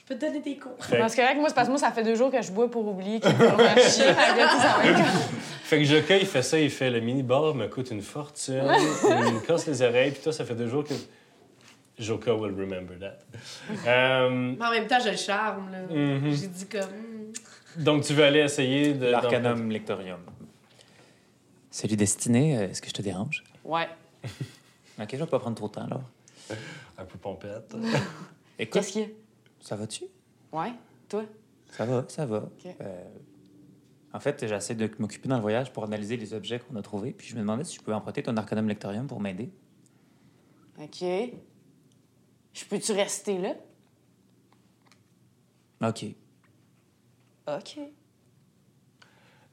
[SPEAKER 3] je peux te donner des cours.
[SPEAKER 4] Fait-
[SPEAKER 2] Parce que là, moi, c'est parce que moi, ça fait deux jours que je bois pour oublier qu'il faut me chier. Fait que, tu sais, ça va être comme-
[SPEAKER 4] Fait que Joka, il fait ça, il fait le mini-bar me coûte une fortune, il me casse les oreilles, puis toi, ça fait deux jours que. Joka will remember that. Euh,
[SPEAKER 3] Mais en même temps, je le charme, là.
[SPEAKER 4] Mhm.
[SPEAKER 3] J'ai dit comme. hmm.
[SPEAKER 4] donc, tu veux aller essayer de.
[SPEAKER 6] L'Arcanum Lectorium. Celui destiné, euh, est-ce que je te dérange?
[SPEAKER 2] Ouais.
[SPEAKER 6] Ok, je vais pas prendre trop de temps alors.
[SPEAKER 4] Un peu pompette.
[SPEAKER 6] Écoute,
[SPEAKER 2] Qu'est-ce qu'il y a?
[SPEAKER 6] ça va-tu?
[SPEAKER 2] Ouais. Toi?
[SPEAKER 6] Ça va, ça va. Euh, en fait, j'essaie de m'occuper dans le voyage pour analyser les objets qu'on a trouvés, puis je me demandais si je pouvais emprunter ton Arcanum Lectorium pour m'aider.
[SPEAKER 2] OK. Je peux-tu rester là?
[SPEAKER 6] Ok.
[SPEAKER 2] OK.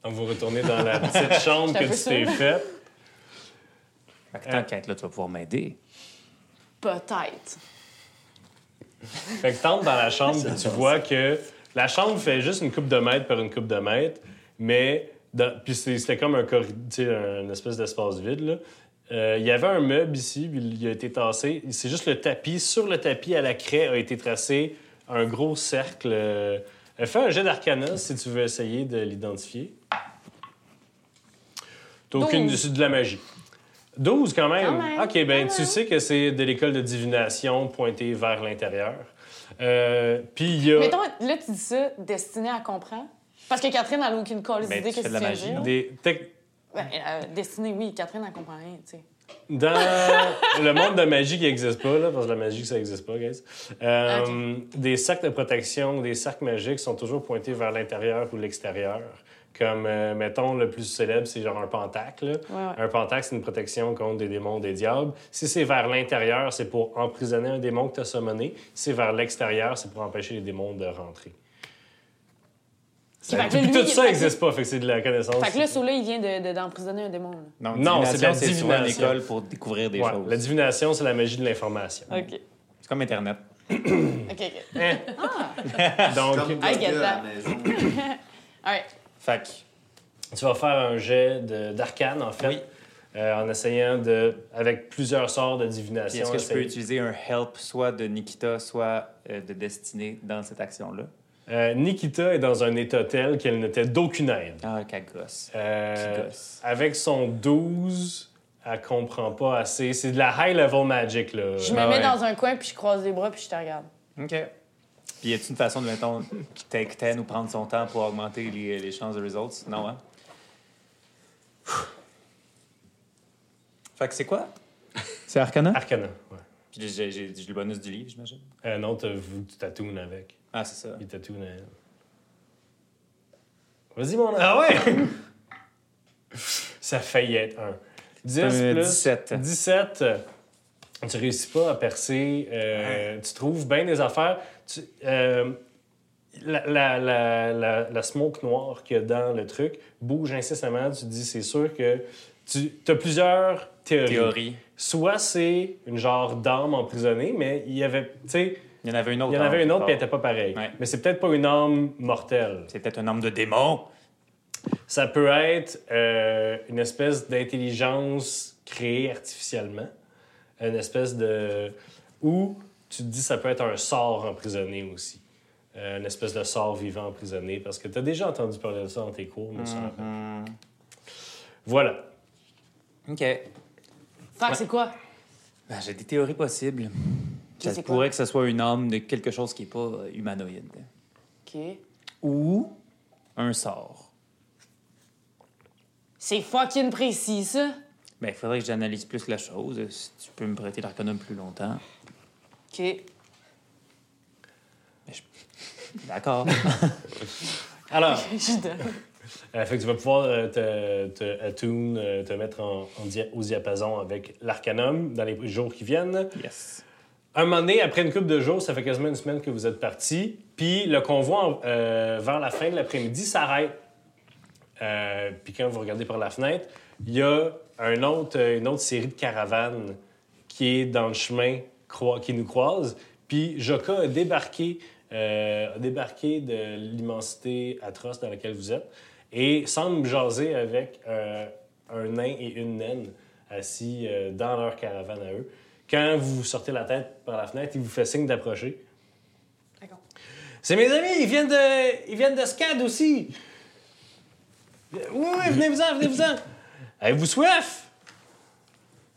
[SPEAKER 4] Donc, vous retournez dans la petite chambre
[SPEAKER 2] J'étais un
[SPEAKER 4] que
[SPEAKER 2] peu
[SPEAKER 4] tu t'es
[SPEAKER 2] sûre.
[SPEAKER 4] faite.
[SPEAKER 6] Fait que tant qu'à être là, tu vas pouvoir m'aider.
[SPEAKER 2] Peut-être.
[SPEAKER 4] Fait que t'entres dans la chambre et tu vois que la chambre fait juste une coupe de mètre par une coupe de mètre, mais dans- puis c'est- c'était comme un corridor, une espèce d'espace vide là. Euh, Il y avait un meuble ici, puis il a été tassé. C'est juste le tapis. Sur le tapis, à la craie, a été tracé un gros cercle. Euh, Fais un jet d'arcana si tu veux essayer de l'identifier. T'as aucune...
[SPEAKER 2] Douze.
[SPEAKER 4] C'est de la magie. 12 quand même.
[SPEAKER 2] Quand même. Ah.
[SPEAKER 4] OK, ben
[SPEAKER 2] Quand
[SPEAKER 4] tu
[SPEAKER 2] même.
[SPEAKER 4] sais que c'est de l'école de divination pointée vers l'intérieur. Euh, Puis il y a
[SPEAKER 2] Mettons, là, tu dis ça, destiné à comprendre. Parce que Catherine, elle n'a aucune cause
[SPEAKER 6] Ben,
[SPEAKER 2] d'idée
[SPEAKER 6] tu
[SPEAKER 2] que
[SPEAKER 6] fais de la
[SPEAKER 2] c'est
[SPEAKER 6] magie, non?
[SPEAKER 4] des tec-
[SPEAKER 2] Ben, euh, destinée, oui. Catherine, elle comprend rien, tu sais.
[SPEAKER 4] dans le monde de magie qui n'existe pas là, parce que la magie ça n'existe pas, guys. Euh, Des sacs de protection, des sacs magiques sont toujours pointés vers l'intérieur ou l'extérieur. Comme euh, mettons le plus célèbre, c'est genre un pentacle. là.
[SPEAKER 2] Ouais, ouais.
[SPEAKER 4] Un pentacle, c'est une protection contre des démons, des diables. Si c'est vers l'intérieur, c'est pour emprisonner un démon que tu as summoné. Si c'est vers l'extérieur, c'est pour empêcher les démons de rentrer.
[SPEAKER 2] Fait que
[SPEAKER 4] Puis
[SPEAKER 2] lui,
[SPEAKER 4] tout
[SPEAKER 2] il-
[SPEAKER 4] ça
[SPEAKER 2] fait que-
[SPEAKER 4] n'existe pas, fait que c'est de la connaissance.
[SPEAKER 2] Fait que là, celui-là, il vient de- de- d'emprisonner un démon. là.
[SPEAKER 6] Non,
[SPEAKER 4] Non, c'est de la
[SPEAKER 6] divination, c'est souvent
[SPEAKER 4] divination.
[SPEAKER 6] l'école pour découvrir des
[SPEAKER 4] Ouais,
[SPEAKER 6] choses.
[SPEAKER 4] La divination, c'est la magie de l'information.
[SPEAKER 2] OK.
[SPEAKER 6] C'est comme Internet.
[SPEAKER 2] OK, OK.
[SPEAKER 4] Donc,
[SPEAKER 9] Comme
[SPEAKER 2] I get
[SPEAKER 9] Goga à
[SPEAKER 2] that.
[SPEAKER 9] la maison.
[SPEAKER 2] All right.
[SPEAKER 6] Fait que,
[SPEAKER 4] tu vas faire un jet de- d'arcane, en fait,
[SPEAKER 6] Oui.
[SPEAKER 4] euh, en essayant de. avec plusieurs sorts de
[SPEAKER 6] puis
[SPEAKER 4] divination.
[SPEAKER 6] est-ce que je peux
[SPEAKER 4] essayer-
[SPEAKER 6] utiliser un help soit de Nikita, soit euh, de Destinée dans cette action-là?
[SPEAKER 4] Euh, Nikita est dans un état tel qu'elle n'était d'aucune aide.
[SPEAKER 6] Ah, qu'elle gosse.
[SPEAKER 4] Euh,
[SPEAKER 6] Qui gosse.
[SPEAKER 4] avec son 12, elle comprend pas assez. C'est de la high-level magic, là.
[SPEAKER 2] Je me
[SPEAKER 6] Ah
[SPEAKER 2] mets
[SPEAKER 6] ouais.
[SPEAKER 2] dans un coin, puis je croise les bras, puis je te regarde.
[SPEAKER 6] OK. Puis y a-t-il une façon de, mettons, take 10 ou prendre son temps pour augmenter les, les chances de results? Non, hein? Fait que c'est quoi? C'est Arcana?
[SPEAKER 4] Arcana, ouais.
[SPEAKER 6] Puis j'ai, j'ai- j'ai le bonus du livre, j'imagine.
[SPEAKER 4] Euh, non, t'as vu que tu tatounes avec.
[SPEAKER 6] Ah, c'est ça.
[SPEAKER 4] Il tatoune à elle. Vas-y, mon. Ah ouais! Ça faillit être un. 10
[SPEAKER 6] un
[SPEAKER 4] plus
[SPEAKER 6] 17.
[SPEAKER 4] 17. Tu réussis pas à percer. euh, Tu trouves bien des affaires. Tu- euh, la, la- la- la- la smoke noire qu'il y a dans le truc bouge incessamment. Tu te dis, c'est sûr que. Tu as plusieurs
[SPEAKER 6] Théorie.
[SPEAKER 4] Soit c'est une genre d'âme emprisonnée, mais il y avait. Tu sais.
[SPEAKER 6] Il y en avait une autre.
[SPEAKER 4] Il y en avait
[SPEAKER 6] hein,
[SPEAKER 4] une autre,
[SPEAKER 6] je
[SPEAKER 4] puis elle
[SPEAKER 6] pense.
[SPEAKER 4] était pas pareille.
[SPEAKER 6] Ouais.
[SPEAKER 4] Mais c'est peut-être pas une âme mortelle.
[SPEAKER 6] C'est peut-être un homme de démon.
[SPEAKER 4] Ça peut être euh, une espèce d'intelligence créée artificiellement. Une espèce de. Ou tu te dis, ça peut être un sort emprisonné aussi. Euh, une espèce de sort vivant emprisonné, parce que tu as déjà entendu parler de ça dans tes cours, mais ça rappelle. Voilà.
[SPEAKER 6] OK.
[SPEAKER 2] Fait que c'est quoi?
[SPEAKER 6] Ben, j'ai des théories possibles. Ça se
[SPEAKER 2] c'est quoi?
[SPEAKER 6] pourrait que ce soit une âme de quelque chose qui n'est pas euh, humanoïde.
[SPEAKER 2] OK.
[SPEAKER 6] Ou un sort.
[SPEAKER 2] C'est fucking précis, ça.
[SPEAKER 6] Ben, il faudrait que j'analyse plus la chose. euh, Si tu peux me prêter l'arcanum plus longtemps.
[SPEAKER 2] OK.
[SPEAKER 6] D'accord.
[SPEAKER 4] Alors,
[SPEAKER 2] Je donne.
[SPEAKER 4] Euh, fait que tu vas pouvoir euh, te, te attune, euh, te mettre en, en dia- au diapason avec l'arcanum dans les jours qui viennent.
[SPEAKER 7] Yes.
[SPEAKER 4] Un moment donné, après une couple de jours, ça fait quasiment une semaine que vous êtes partis, puis le convoi, euh, vers la fin de l'après-midi, s'arrête. Euh, puis quand vous regardez par la fenêtre, il y a un autre, euh, une autre série de caravanes qui est dans le chemin croi- qui nous croise. Puis Joka a débarqué, euh, a débarqué de l'immensité atroce dans laquelle vous êtes et semble jaser avec euh, un nain et une naine assis euh, dans leur caravane à eux. Quand vous sortez la tête par la fenêtre, il vous fait signe d'approcher.
[SPEAKER 3] D'accord.
[SPEAKER 4] C'est mes amis, ils viennent de, ils viennent de Scad aussi. Oui, oui, venez-vous-en, venez-vous-en. Avez-vous soif?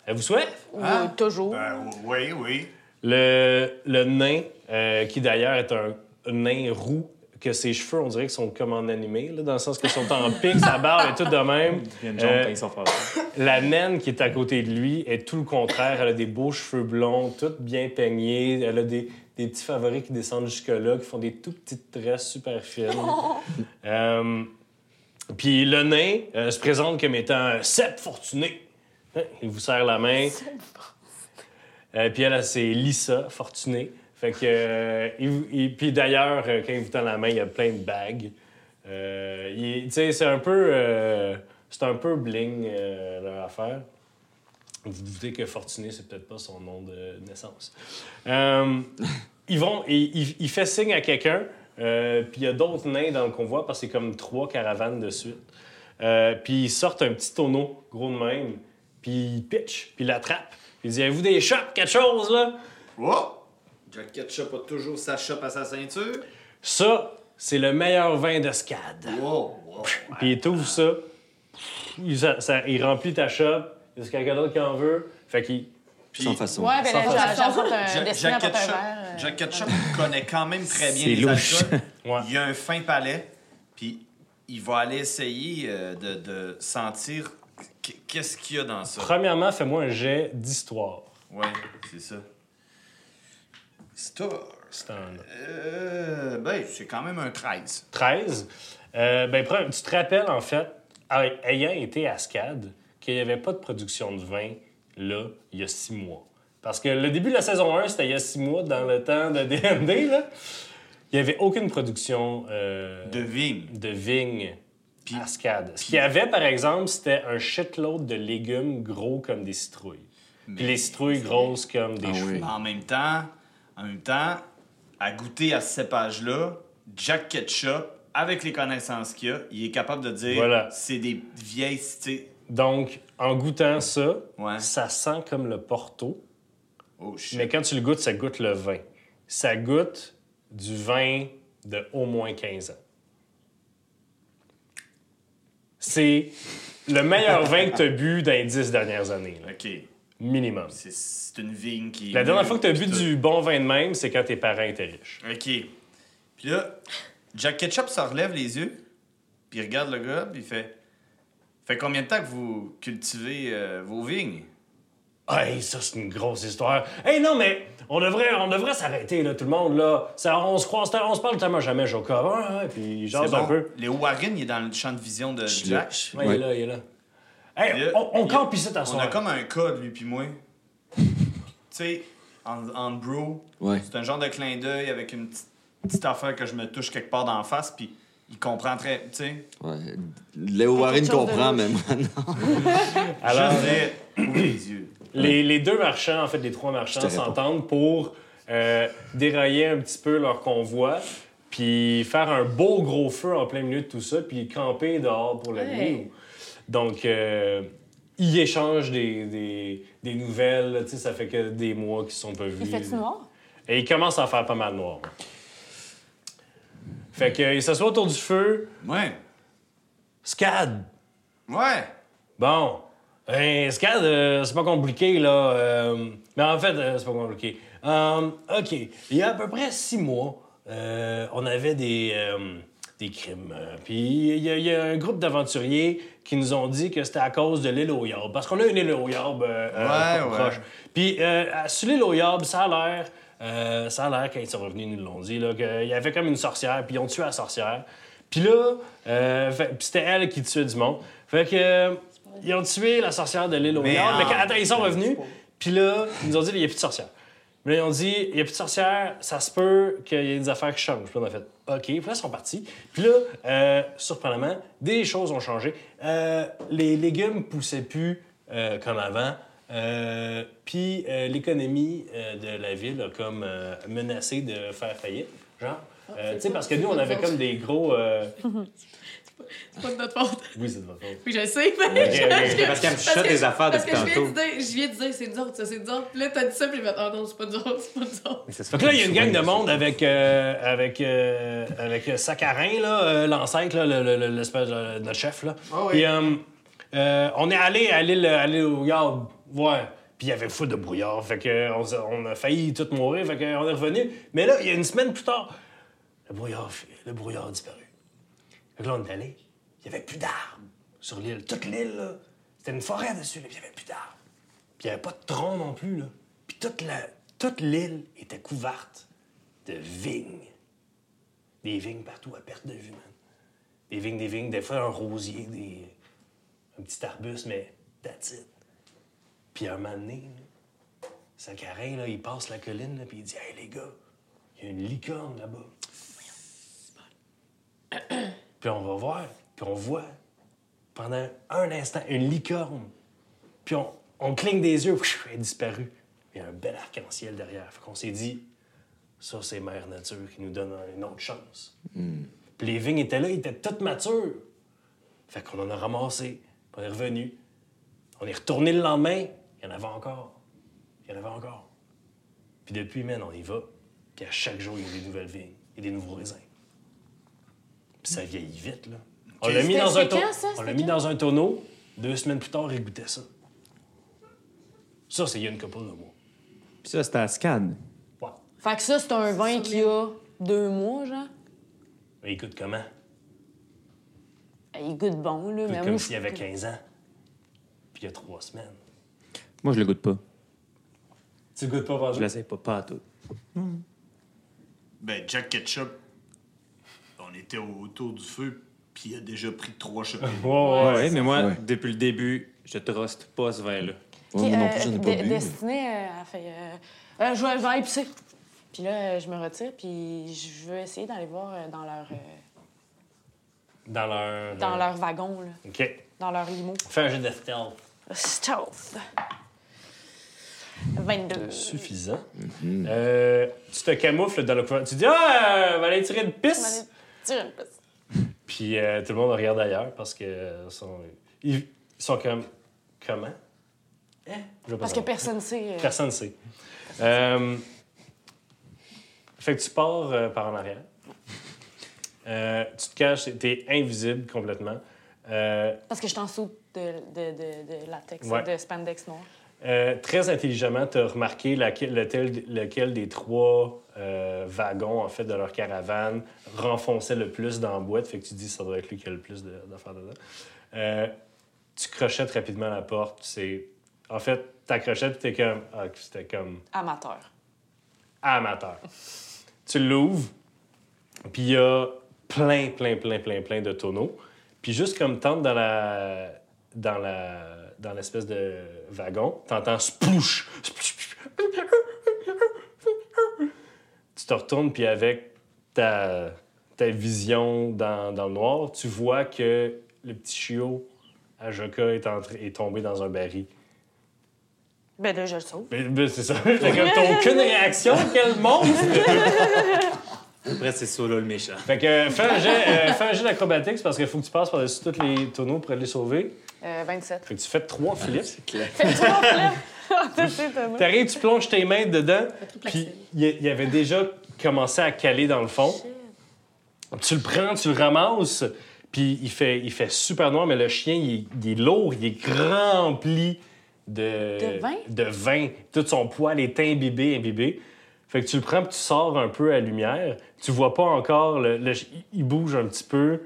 [SPEAKER 4] Avez-vous soif?
[SPEAKER 2] Oui, toujours.
[SPEAKER 5] Ben, oui, oui.
[SPEAKER 4] Le, le nain, euh, qui d'ailleurs est un, un nain roux, que ses cheveux, on dirait qu'ils sont comme en animé, là, dans le sens qu'ils sont en pic, sa barbe est toute de même.
[SPEAKER 7] Il y a une
[SPEAKER 4] Euh,
[SPEAKER 7] jambe quand ils sont forts.
[SPEAKER 4] La naine qui est à côté de lui est tout le contraire. Elle a des beaux cheveux blonds, toutes bien peignés. Elle a des, des petits favoris qui descendent jusque-là, qui font des tout petites tresses super fines. Euh, Puis le nain euh, se présente comme étant euh, Sepp Fortuné. Hein, Il vous serre la main. Euh, Puis elle, elle, c'est Lisa Fortuné. Fait que. euh, il vous- il- Puis d'ailleurs, euh, quand il vous tend la main, il y a plein de bagues. Euh, il est- tu sais, c'est un peu. euh, c'est un peu bling, euh, leur affaire. Vous vous doutez que Fortuné, c'est peut-être pas son nom de naissance. Euh, ils vont, il, il- il fait signe à quelqu'un, euh, puis il y a d'autres nains dans le convoi parce que c'est comme trois caravanes de suite. Euh, puis ils sortent un petit tonneau, gros de même, puis ils pitchent, puis ils l'attrapent. Ils disent Avez-vous des chops, quelque chose, là
[SPEAKER 5] Oh! Jack Ketchup a toujours sa chope à sa ceinture.
[SPEAKER 4] Ça, c'est le meilleur vin de SCAD.
[SPEAKER 5] Wow, wow.
[SPEAKER 4] Puis il t'ouvre ça. Il, ça- ça- il remplit ta shop. Il y a quelqu'un d'autre qui en veut. Fait qu'il.
[SPEAKER 5] Puis,
[SPEAKER 1] Sans façon.
[SPEAKER 2] Ouais, ben
[SPEAKER 4] Sans
[SPEAKER 2] là,
[SPEAKER 4] façon.
[SPEAKER 2] j'a- j'apporte un
[SPEAKER 5] Jack,
[SPEAKER 2] dessin,
[SPEAKER 5] Jack
[SPEAKER 2] j'apporte un
[SPEAKER 5] Ketchup,
[SPEAKER 2] verre. euh,
[SPEAKER 5] Jack Ketchup connaît quand même très bien
[SPEAKER 7] C'est
[SPEAKER 5] les
[SPEAKER 7] louche.
[SPEAKER 5] alcools.
[SPEAKER 4] Ouais.
[SPEAKER 5] Il a un fin palais, puis il va aller essayer euh, de, de sentir qu- qu'est-ce qu'il y a dans ça.
[SPEAKER 4] Premièrement, fais-moi un jet d'histoire.
[SPEAKER 5] Ouais, c'est ça. Star.
[SPEAKER 4] C'est un
[SPEAKER 5] Euh, ben, c'est quand même un 13.
[SPEAKER 4] 13. Euh, ben, pre- tu te rappelles, en fait, a- ayant été à SCAD, qu'il n'y avait pas de production de vin là, il y a six mois. Parce que le début de la saison 1, c'était il y a six mois, dans le temps de DMD, là. Il n'y avait aucune production euh,
[SPEAKER 5] De vigne.
[SPEAKER 4] de vigne à SCAD. Ce qu'il y avait, par exemple, c'était un shitload de légumes gros comme des citrouilles. Puis les citrouilles grosses comme des
[SPEAKER 1] Ah
[SPEAKER 4] choux.
[SPEAKER 1] oui.
[SPEAKER 5] En même temps, en même temps, à goûter à ce cépage-là, Jack Ketchup, avec les connaissances qu'il a, il est capable de dire
[SPEAKER 4] Voilà.
[SPEAKER 5] c'est des vieilles cités.
[SPEAKER 4] Donc, en goûtant ça,
[SPEAKER 5] Ouais.
[SPEAKER 4] ça sent comme le porto.
[SPEAKER 5] Oh shit.
[SPEAKER 4] Mais quand tu le goûtes, ça goûte le vin. Ça goûte du vin de au moins 15 ans. C'est le meilleur vin que tu as bu dans les 10 dernières années, là.
[SPEAKER 5] Ok.
[SPEAKER 4] minimum.
[SPEAKER 5] C'est- C'est une vigne qui.
[SPEAKER 4] La dernière fois que tu as
[SPEAKER 5] Puis
[SPEAKER 4] bu du bon vin de même, c'est quand tes parents étaient riches.
[SPEAKER 5] OK. Puis là, Jack Ketchup se relève les yeux, puis il regarde le gars, puis il fait Fait combien de temps que vous cultivez euh, vos vignes
[SPEAKER 4] Hey, ça, c'est une grosse histoire. Hey, non, mais on devrait, on devrait s'arrêter, là, tout le monde, là. Ça, on se croise, on se parle tellement jamais, Joker. Hein, hein, puis
[SPEAKER 5] C'est
[SPEAKER 4] jase un
[SPEAKER 5] bon.
[SPEAKER 4] peu.
[SPEAKER 5] Léo Warren, il est dans le champ de vision de
[SPEAKER 1] Je
[SPEAKER 5] Jack.
[SPEAKER 4] Ouais,
[SPEAKER 1] Ouais.
[SPEAKER 4] il est là, il est là. Hey,
[SPEAKER 5] Il est-
[SPEAKER 4] on, on
[SPEAKER 5] il-
[SPEAKER 4] campe ici, ta
[SPEAKER 5] On a
[SPEAKER 4] soirée.
[SPEAKER 5] comme un code, lui, puis moi. Tu sais, en, en bro,
[SPEAKER 1] Ouais.
[SPEAKER 5] c'est un genre de clin d'œil avec une petite, petite affaire que je me touche quelque part d'en face, puis il comprend très. Tu sais,
[SPEAKER 1] ouais. Léo Warren
[SPEAKER 2] chose de
[SPEAKER 1] comprend,
[SPEAKER 2] louche.
[SPEAKER 1] mais moi, non.
[SPEAKER 4] Alors,
[SPEAKER 5] je dirais, ouvre les yeux.
[SPEAKER 4] les, les deux marchands, en fait, les trois marchands
[SPEAKER 1] Je te réponds.
[SPEAKER 4] s'entendent pour euh, dérailler un petit peu leur convoi, puis faire un beau gros feu en plein milieu de tout ça, puis camper dehors pour la
[SPEAKER 3] Ouais.
[SPEAKER 4] nuit. Donc, euh, ils échangent des, des, des nouvelles. là, Tu sais, ça fait que des mois qu'ils se sont pas vus.
[SPEAKER 2] Il fait-tu noir?
[SPEAKER 4] Et il commence à faire pas mal noir. Fait que, euh, il s'assoit autour du feu.
[SPEAKER 5] Ouais,
[SPEAKER 4] Scad!
[SPEAKER 5] ouais.
[SPEAKER 4] Bon. Ben, SCAD, euh, c'est pas compliqué, là. euh, mais en fait, euh, c'est pas compliqué. Euh, OK. Il y a à peu près six mois, euh, on avait des, euh, des crimes. Euh, Puis il y, a- il y a un groupe d'aventuriers qui nous ont dit que c'était à cause de l'île aux Yarbes. Parce qu'on a une île aux Yarbes euh, euh,
[SPEAKER 5] Ouais, ouais.
[SPEAKER 4] proche. Puis euh, à- sur l'île aux Yarbes, ça a l'air... euh, ça a l'air, quand ils sont revenus, ils nous l'ont dit, là, qu'il y avait comme une sorcière, puis ils ont tué la sorcière. Puis là, euh, fait- puis c'était elle qui tuait du monde. Fait que, euh, ils ont tué la sorcière de l'île au
[SPEAKER 5] Mais
[SPEAKER 4] Nord. Mais
[SPEAKER 5] en-
[SPEAKER 4] quand- attends, ils sont revenus. Puis là, ils nous ont dit, il n'y a plus de sorcière. Mais là, ils ont dit, il n'y a plus de sorcière, ça se peut qu'il y ait des affaires qui changent. Puis là, on a fait, OK. Puis là, ils sont partis. Puis là, euh, surprenamment, des choses ont changé. Euh, les légumes poussaient plus euh, comme avant. Euh, Puis euh, l'économie euh, de la ville a comme euh, menacé de faire faillite. Genre, Euh, tu sais, parce que nous, on avait comme des gros. euh,
[SPEAKER 3] C'est pas de notre faute.
[SPEAKER 4] Oui, c'est de votre faute.
[SPEAKER 3] Oui, je le sais, mais.
[SPEAKER 4] Ok,
[SPEAKER 3] je-
[SPEAKER 4] ok,
[SPEAKER 3] je-
[SPEAKER 7] parce qu'elle me chuchote
[SPEAKER 3] que-
[SPEAKER 7] des affaires
[SPEAKER 3] parce
[SPEAKER 7] depuis
[SPEAKER 3] que Je viens
[SPEAKER 7] tantôt.
[SPEAKER 3] de dire, je viens de dire, c'est nous autres, ça, c'est nous autres. Puis là, t'as dit ça, puis je vais ah non, c'est pas nous autres, c'est pas nous autres.
[SPEAKER 7] Fait
[SPEAKER 4] Fait que là, il y a une gang de monde avec, euh, avec, euh, avec euh, Saccharin, là, euh, l'ancêtre, là, le- le- le- l'espèce de notre chef. Là.
[SPEAKER 5] Ah oui.
[SPEAKER 4] Puis, euh, euh, on est allé à l'île à l'île au Yard, ouais. Puis il y avait fou de brouillard, fait que euh, on, s- on a failli tout mourir, fait qu'on est revenu. Mais là, il y a une semaine plus tard, le brouillard, fi- le brouillard a disparu. Fait que là, on est allé, il y avait plus d'arbres sur l'île. Toute l'île, là, c'était une forêt dessus, là, puis il y avait plus d'arbres. Puis il n'y avait pas de tronc non plus, là. Puis toute, la, toute l'île était couverte de vignes. Des vignes partout à perte de vue, man. Des vignes, des vignes, des fois un rosier, des... un petit arbuste, mais that's it. Puis un moment donné, là, Saccharin, là, il passe la colline, là, puis il dit Hey les gars, il y a une licorne là-bas. puis on va voir, puis on voit pendant un instant une licorne puis on, on cligne des yeux, pfiou, elle est disparue. Il y a un bel arc-en-ciel derrière. Fait qu'on s'est dit, ça, c'est Mère Nature qui nous donne une autre chance. Puis les vignes étaient là, ils étaient toutes matures. Fait qu'on en a ramassé, puis on est revenu. On est retourné le lendemain, il y en avait encore. Il y en avait encore. Puis depuis, man, on y va. Puis à chaque jour, il y a des nouvelles vignes, il y a des nouveaux raisins. Puis ça vieillit vite, là. On l'a mis,
[SPEAKER 2] C'était-
[SPEAKER 4] dans un,
[SPEAKER 2] c'était
[SPEAKER 4] tour-
[SPEAKER 2] quand, ça?
[SPEAKER 4] on l'a
[SPEAKER 2] C'était
[SPEAKER 4] mis
[SPEAKER 2] quand?
[SPEAKER 4] dans un tonneau. Deux semaines plus tard, il goûtait ça. Ça, c'est il y a une couple de mois.
[SPEAKER 7] Puis ça, c'était à Scan.
[SPEAKER 4] Ouais.
[SPEAKER 2] Fait que ça, c'est un vin qui a deux mois, genre.
[SPEAKER 4] Mais écoute comment?
[SPEAKER 2] Eh, Il goûte bon, là,
[SPEAKER 4] Écoute
[SPEAKER 2] mais moi,
[SPEAKER 4] comme
[SPEAKER 2] je-
[SPEAKER 4] s'il y avait 15 ans. Puis il y a trois semaines.
[SPEAKER 7] Moi, je le goûte pas.
[SPEAKER 4] Tu goûtes pas
[SPEAKER 7] Je l'essaye pas, pas à tout.
[SPEAKER 5] Ben, Jack Ketchup, on était autour du feu, puis il a déjà pris trois cheveux.
[SPEAKER 4] Ouais, ouais.
[SPEAKER 7] mais moi,
[SPEAKER 1] Ouais.
[SPEAKER 7] depuis le début, je truste pas ce vin-là.
[SPEAKER 2] Ok,
[SPEAKER 1] Ouais, moi non plus, j'en ai
[SPEAKER 2] euh,
[SPEAKER 1] pas
[SPEAKER 2] de-
[SPEAKER 1] bu.
[SPEAKER 2] Destinée, euh, elle fait. euh, Euh, je, vais, je vais aller pisser. Puis là, euh, je me retire, puis je veux essayer d'aller voir euh, dans leur, euh,
[SPEAKER 4] Dans leur.
[SPEAKER 2] dans
[SPEAKER 4] euh,
[SPEAKER 2] leur wagon, là,
[SPEAKER 4] OK.
[SPEAKER 2] dans leur limo.
[SPEAKER 4] Fais un jeu de stealth.
[SPEAKER 2] Stealth. 22.
[SPEAKER 4] Suffisant. Euh, tu te camoufles dans le couloir. Tu dis Ah, on va aller tirer une
[SPEAKER 2] Je vais aller
[SPEAKER 4] piste.
[SPEAKER 2] tirer une piste.
[SPEAKER 4] Puis euh, tout le monde regarde ailleurs parce que. euh, sont- Ils ils sont comme. Comment? Eh? Je veux pas
[SPEAKER 2] Parce que
[SPEAKER 4] savoir.
[SPEAKER 2] personne ne sait. euh,
[SPEAKER 4] Personne ne sait. Euh, fait que tu pars euh, par en arrière. Euh, tu te caches, t'es invisible complètement. Euh,
[SPEAKER 2] Parce que je t'en saute de, de, de, de latex,
[SPEAKER 4] Ouais.
[SPEAKER 2] de spandex noir.
[SPEAKER 4] euh, très intelligemment, tu as remarqué laquelle- lequel, lequel des trois euh, wagons en fait, de leur caravane renfonçait le plus dans la boîte. Fait que tu te dis ça doit être lui qui a le plus de- d'affaires dedans. Euh, tu crochettes rapidement la porte. C'est... En fait, ta crochette, t'es comme... Ah, c'était comme...
[SPEAKER 2] Amateur.
[SPEAKER 4] amateur. Tu l'ouvres, puis il y a plein, plein, plein, plein, plein de tonneaux. Puis juste comme tente dans la dans la dans l'espèce de wagon, t'entends splouche. splouche, splouche. Tu te retournes puis avec ta, ta vision dans, dans le noir, tu vois que le petit chiot à Joka est, entré- est tombé dans un baril.
[SPEAKER 2] Ben là, je le saute.
[SPEAKER 4] Mais, mais c'est ça, Fait comme t'as aucune réaction, quel monstre!
[SPEAKER 7] Après, c'est Solo le méchant.
[SPEAKER 4] Fait que euh, fais un jet, euh, fais un jet d'acrobatics parce qu'il faut que tu passes par-dessus tous les tonneaux pour aller les sauver.
[SPEAKER 2] Euh,
[SPEAKER 4] Fait
[SPEAKER 2] 27.
[SPEAKER 4] Ah, que tu fais trois flips.
[SPEAKER 2] C'est étonnant.
[SPEAKER 4] T'arrives, tu plonges tes mains dedans. Puis il y- il y avait déjà commencé à caler dans le fond. Tu le prends, tu le ramasses. Puis il fait, il fait super noir, mais le chien, il est, il est lourd, il est rempli de,
[SPEAKER 2] De vin?
[SPEAKER 4] de vin. Tout son poil est imbibé, imbibé. Fait que tu le prends puis tu sors un peu à la lumière. Tu vois pas encore, le, le ch- il bouge un petit peu.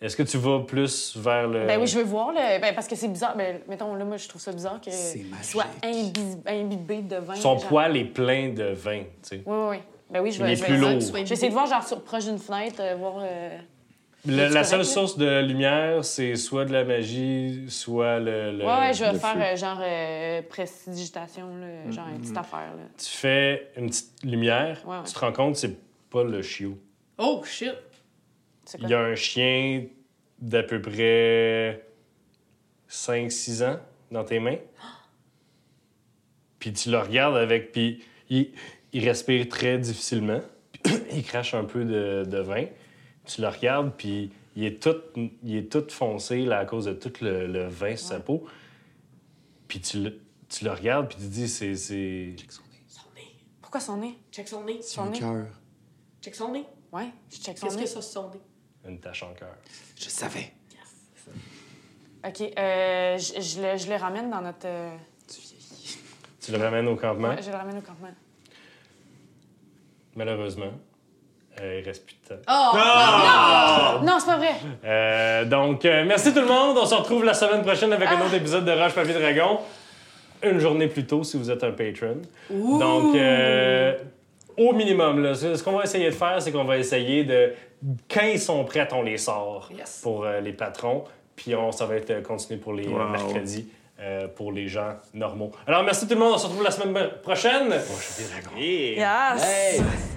[SPEAKER 4] Est-ce que tu vas plus vers le...
[SPEAKER 2] Ben oui, je veux voir, là, ben, parce que c'est bizarre. Ben, mettons, là, moi, je trouve ça bizarre que
[SPEAKER 1] C'est
[SPEAKER 2] tu
[SPEAKER 1] magique.
[SPEAKER 2] sois imbi- imbibé de vin.
[SPEAKER 4] Son
[SPEAKER 2] genre.
[SPEAKER 4] poil est plein de vin, tu sais.
[SPEAKER 2] Oui, oui, oui. Ben oui, je
[SPEAKER 4] Il
[SPEAKER 2] vais.
[SPEAKER 4] est
[SPEAKER 2] je vais-
[SPEAKER 4] plus
[SPEAKER 2] je vais-
[SPEAKER 4] lourd.
[SPEAKER 2] J'essaie de voir, genre, sur, proche d'une fenêtre, euh, voir. euh,
[SPEAKER 4] La, la
[SPEAKER 2] correct, là?
[SPEAKER 4] seule source de lumière, c'est soit de la magie, soit le. le-
[SPEAKER 2] Ouais, ouais, je vais
[SPEAKER 4] le
[SPEAKER 2] faire
[SPEAKER 4] feu. Mm-hmm.
[SPEAKER 2] euh, genre euh, prestidigitation, là, genre une petite affaire. Là.
[SPEAKER 4] Tu fais une petite lumière,
[SPEAKER 2] Ouais, ouais.
[SPEAKER 4] tu te rends compte, c'est pas le chiot.
[SPEAKER 3] Oh, shit.
[SPEAKER 2] C'est quoi?
[SPEAKER 4] Il y a un chien d'à peu près 5-6 ans dans tes mains. Puis tu le regardes avec. Puis il, il respire très difficilement. il crache un peu de, de vin. Tu le regardes, puis il est tout, il est tout foncé là, à cause de tout le, le vin sur sa peau. Puis tu le, tu le regardes, puis tu dis c'est. c'est-
[SPEAKER 3] Son nez.
[SPEAKER 2] Pourquoi son nez?
[SPEAKER 3] Check son nez.
[SPEAKER 2] Son nez?
[SPEAKER 10] cœur.
[SPEAKER 3] Check son nez.
[SPEAKER 2] Ouais, je check son
[SPEAKER 3] Qu'est-ce que
[SPEAKER 2] nez.
[SPEAKER 3] ça, son nez?
[SPEAKER 4] Une tache en cœur.
[SPEAKER 10] Je savais.
[SPEAKER 2] OK, euh, je, je le, je le ramène dans notre... euh,
[SPEAKER 4] Tu le ramènes au campement.
[SPEAKER 2] Je le ramène au campement.
[SPEAKER 4] Malheureusement, euh, il reste plus de temps.
[SPEAKER 3] Oh!
[SPEAKER 2] Non, c'est pas vrai!
[SPEAKER 4] Euh, donc, euh, merci tout le monde. On se retrouve la semaine prochaine avec un autre épisode de Roche Papier Dragon. Une journée plus tôt si vous êtes un patron. Donc, euh, au minimum, là, ce ce qu'on va essayer de faire, c'est qu'on va essayer de. Quand ils sont prêts, on les sort
[SPEAKER 3] Yes.
[SPEAKER 4] pour euh, les patrons. Puis on, ça va être euh, continué pour les euh,
[SPEAKER 6] Wow.
[SPEAKER 4] mercredis. euh, pour les gens normaux. Alors, merci tout le monde. On se retrouve la semaine prochaine. Roche Papier Dragon.
[SPEAKER 2] Yes!
[SPEAKER 1] Hey!